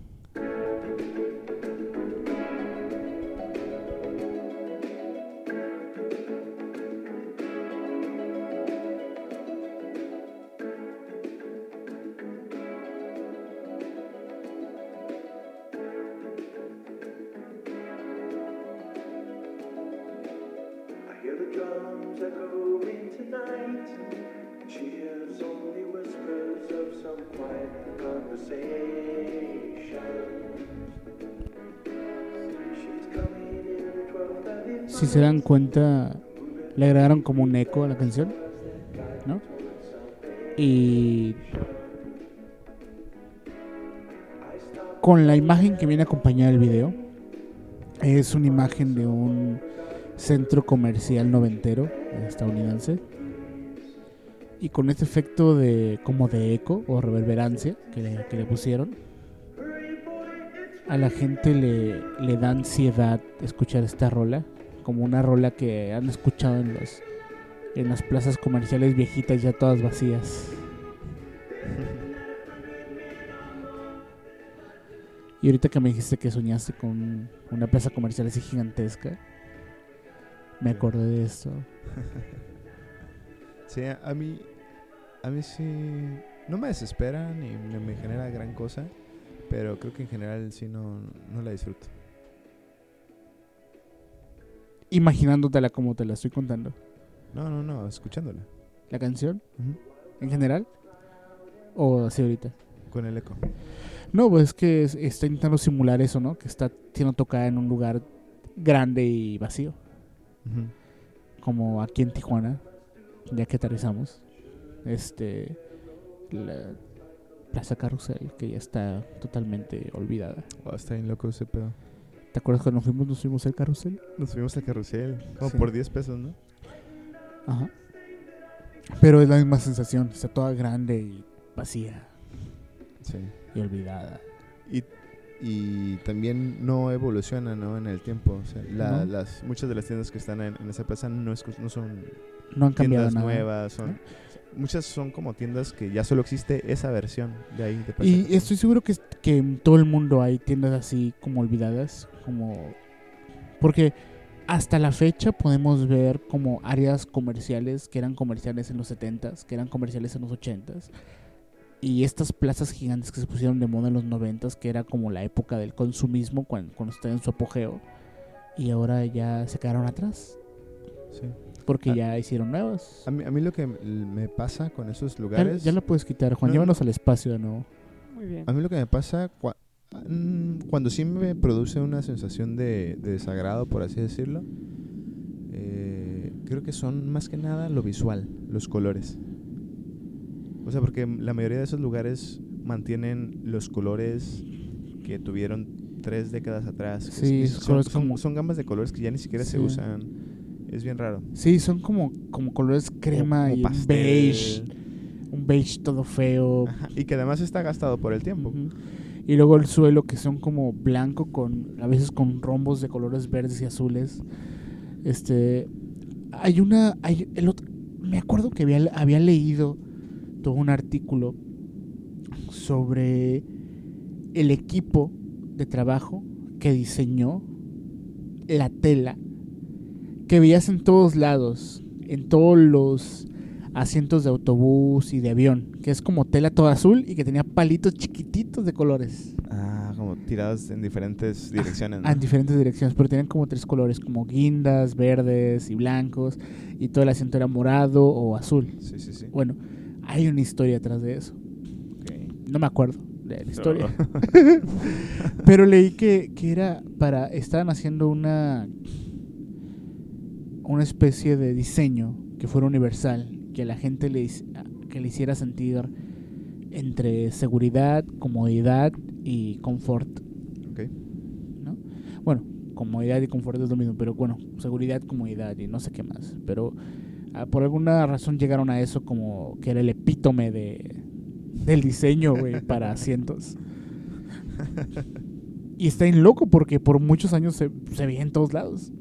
Speaker 11: I hear the drums echoing tonight. She hears only whispers of some quiet conversation. She's coming in 12 at the
Speaker 2: Si se dan cuenta, le agregaron como un eco a la canción, ¿no? Y con la imagen que viene acompañada del video, es una imagen de un centro comercial noventero estadounidense. Y con este efecto de como de eco o reverberancia que le, que le pusieron, a la gente le, le da ansiedad escuchar esta rola, como una rola que han escuchado en, los, en las plazas comerciales viejitas ya todas vacías. Y ahorita que me dijiste que soñaste con una plaza comercial así gigantesca, me acordé de esto.
Speaker 1: Sí, a a mí, a mí sí, no me desespera ni, ni me genera gran cosa, pero creo que en general sí no, no la disfruto.
Speaker 2: Imaginándotela como te la estoy contando.
Speaker 1: No, no, no, escuchándola,
Speaker 2: ¿La canción?
Speaker 1: Ujú.
Speaker 2: ¿En general? ¿O así ahorita?
Speaker 1: con el eco.
Speaker 2: No, pues es que es- está intentando simular eso, ¿no? Que está siendo tocada en un lugar grande y vacío,
Speaker 1: Ujú.
Speaker 2: como aquí en Tijuana, ya que aterrizamos. Este. La Plaza Carrusel, que ya está totalmente olvidada.
Speaker 1: Oh, está bien loco ese pedo.
Speaker 2: ¿Te acuerdas cuando fuimos, nos fuimos al carrusel?
Speaker 1: Nos subimos al carrusel, como
Speaker 2: Sí.
Speaker 1: por 10 pesos, ¿no?
Speaker 2: Ajá. Pero es la misma sensación, está toda grande y vacía
Speaker 1: Sí.
Speaker 2: y olvidada.
Speaker 1: Y, y también no evoluciona, ¿no? En el tiempo. O sea, la-
Speaker 2: No.
Speaker 1: las, muchas de las tiendas que están en, en esa plaza no, es, no son
Speaker 2: No han cambiado
Speaker 1: tiendas
Speaker 2: nada.
Speaker 1: nuevas. Son, Muchas son como tiendas que ya solo existe esa versión de ahí. De Plaza
Speaker 2: Y
Speaker 1: Carrusel.
Speaker 2: estoy seguro que, que en todo el mundo hay tiendas así como olvidadas, como... Porque hasta la fecha podemos ver como áreas comerciales que eran comerciales en los 70s, que eran comerciales en los 80s, y estas plazas gigantes que se pusieron de moda en los 90s, que era como la época del consumismo cuan- cuando, estaba en su apogeo, y ahora ya se quedaron atrás,
Speaker 1: Sí.
Speaker 2: porque
Speaker 1: Ah.
Speaker 2: ya hicieron nuevas.
Speaker 1: A mí, a mí lo que m- me pasa con esos
Speaker 2: Ya,
Speaker 1: lugares.
Speaker 2: ya lo puedes quitar, Juan,
Speaker 1: No,
Speaker 2: llévanos al espacio de nuevo.
Speaker 7: Muy bien.
Speaker 2: Ah.
Speaker 1: A mí lo que me pasa cua- mm, cuando sí me produce una sensación de, de desagrado, por así decirlo, eh, creo que son más que nada lo visual, los colores. O sea, porque la mayoría de esos lugares mantienen los colores que tuvieron tres décadas atrás. que
Speaker 2: Sí,
Speaker 1: es-
Speaker 2: esos
Speaker 1: son,
Speaker 2: colores
Speaker 1: son-
Speaker 2: como-
Speaker 1: son gamas de colores que ya ni siquiera
Speaker 2: Sí.
Speaker 1: se usan. Es bien raro.
Speaker 2: Sí, son como, como colores crema
Speaker 1: Como
Speaker 2: y un
Speaker 1: pastel.
Speaker 2: beige. Un beige todo feo.
Speaker 1: Ajá, Y que además está gastado por el tiempo.
Speaker 2: Ujú. Y luego el suelo que son como blanco con a veces con rombos de colores verdes y azules. Este hay una hay el otro- me acuerdo que había, había leído todo un artículo sobre el equipo de trabajo que diseñó la tela que veías en todos lados, en todos los asientos de autobús y de avión, que es como tela toda azul y que tenía palitos chiquititos de colores
Speaker 1: Ah, como tiradas en diferentes direcciones. ¿no?
Speaker 2: Ah, en diferentes direcciones, pero tenían como tres colores, como guindas, verdes y blancos, y todo el asiento era morado o azul.
Speaker 1: Sí, sí, sí.
Speaker 2: Bueno, hay una historia atrás de eso.
Speaker 1: Ok.
Speaker 2: No me acuerdo de la historia. Pero leí que, que era para. Estaban haciendo una. Una especie de diseño que fuera universal. Que a la gente le, hic- que le hiciera sentir entre seguridad, comodidad y confort.
Speaker 1: Ok.
Speaker 2: ¿no? Bueno, comodidad y confort es lo mismo, pero bueno, seguridad, comodidad y no sé qué más. Pero ah, por alguna razón llegaron a eso como que era el epítome de, del diseño, güey, para asientos. Y está en loco porque por muchos años se, se veía en todos lados.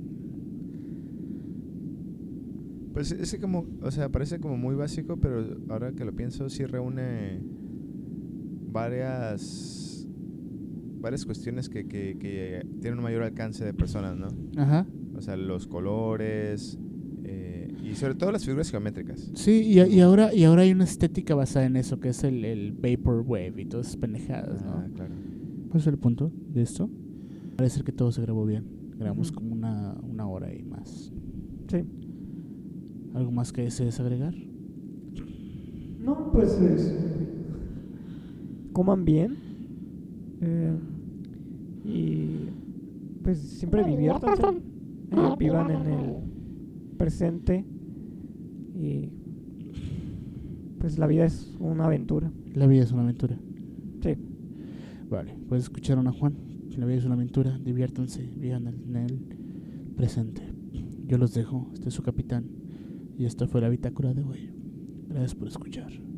Speaker 1: Pues es que como, o sea, parece como muy básico, pero ahora que lo pienso, sí reúne varias varias cuestiones que, que, que tienen un mayor alcance de personas, ¿no?
Speaker 2: Ajá.
Speaker 1: O sea, los colores eh, y sobre todo las figuras geométricas.
Speaker 2: Sí, y, y ahora, y ahora hay una estética basada en eso, que es el, el vaporwave y todas esas pendejadas, ¿no?
Speaker 1: Ah, claro.
Speaker 2: ¿Cuál es el punto de esto? Parece que todo se grabó bien. Grabamos como una, una hora y más.
Speaker 7: Sí.
Speaker 2: ¿Algo más que desees agregar?
Speaker 7: No, pues es- Coman bien. eh, y pues siempre diviértanse. eh, vivan en el presente. Y pues la vida es una aventura.
Speaker 2: La vida es una aventura.
Speaker 7: Sí.
Speaker 2: Vale, pues escucharon a Juan. La vida es una aventura. Diviértanse, vivan en el presente. Yo los dejo, este es su capitán. Y esta fue la bitácora de hoy. Gracias por escuchar.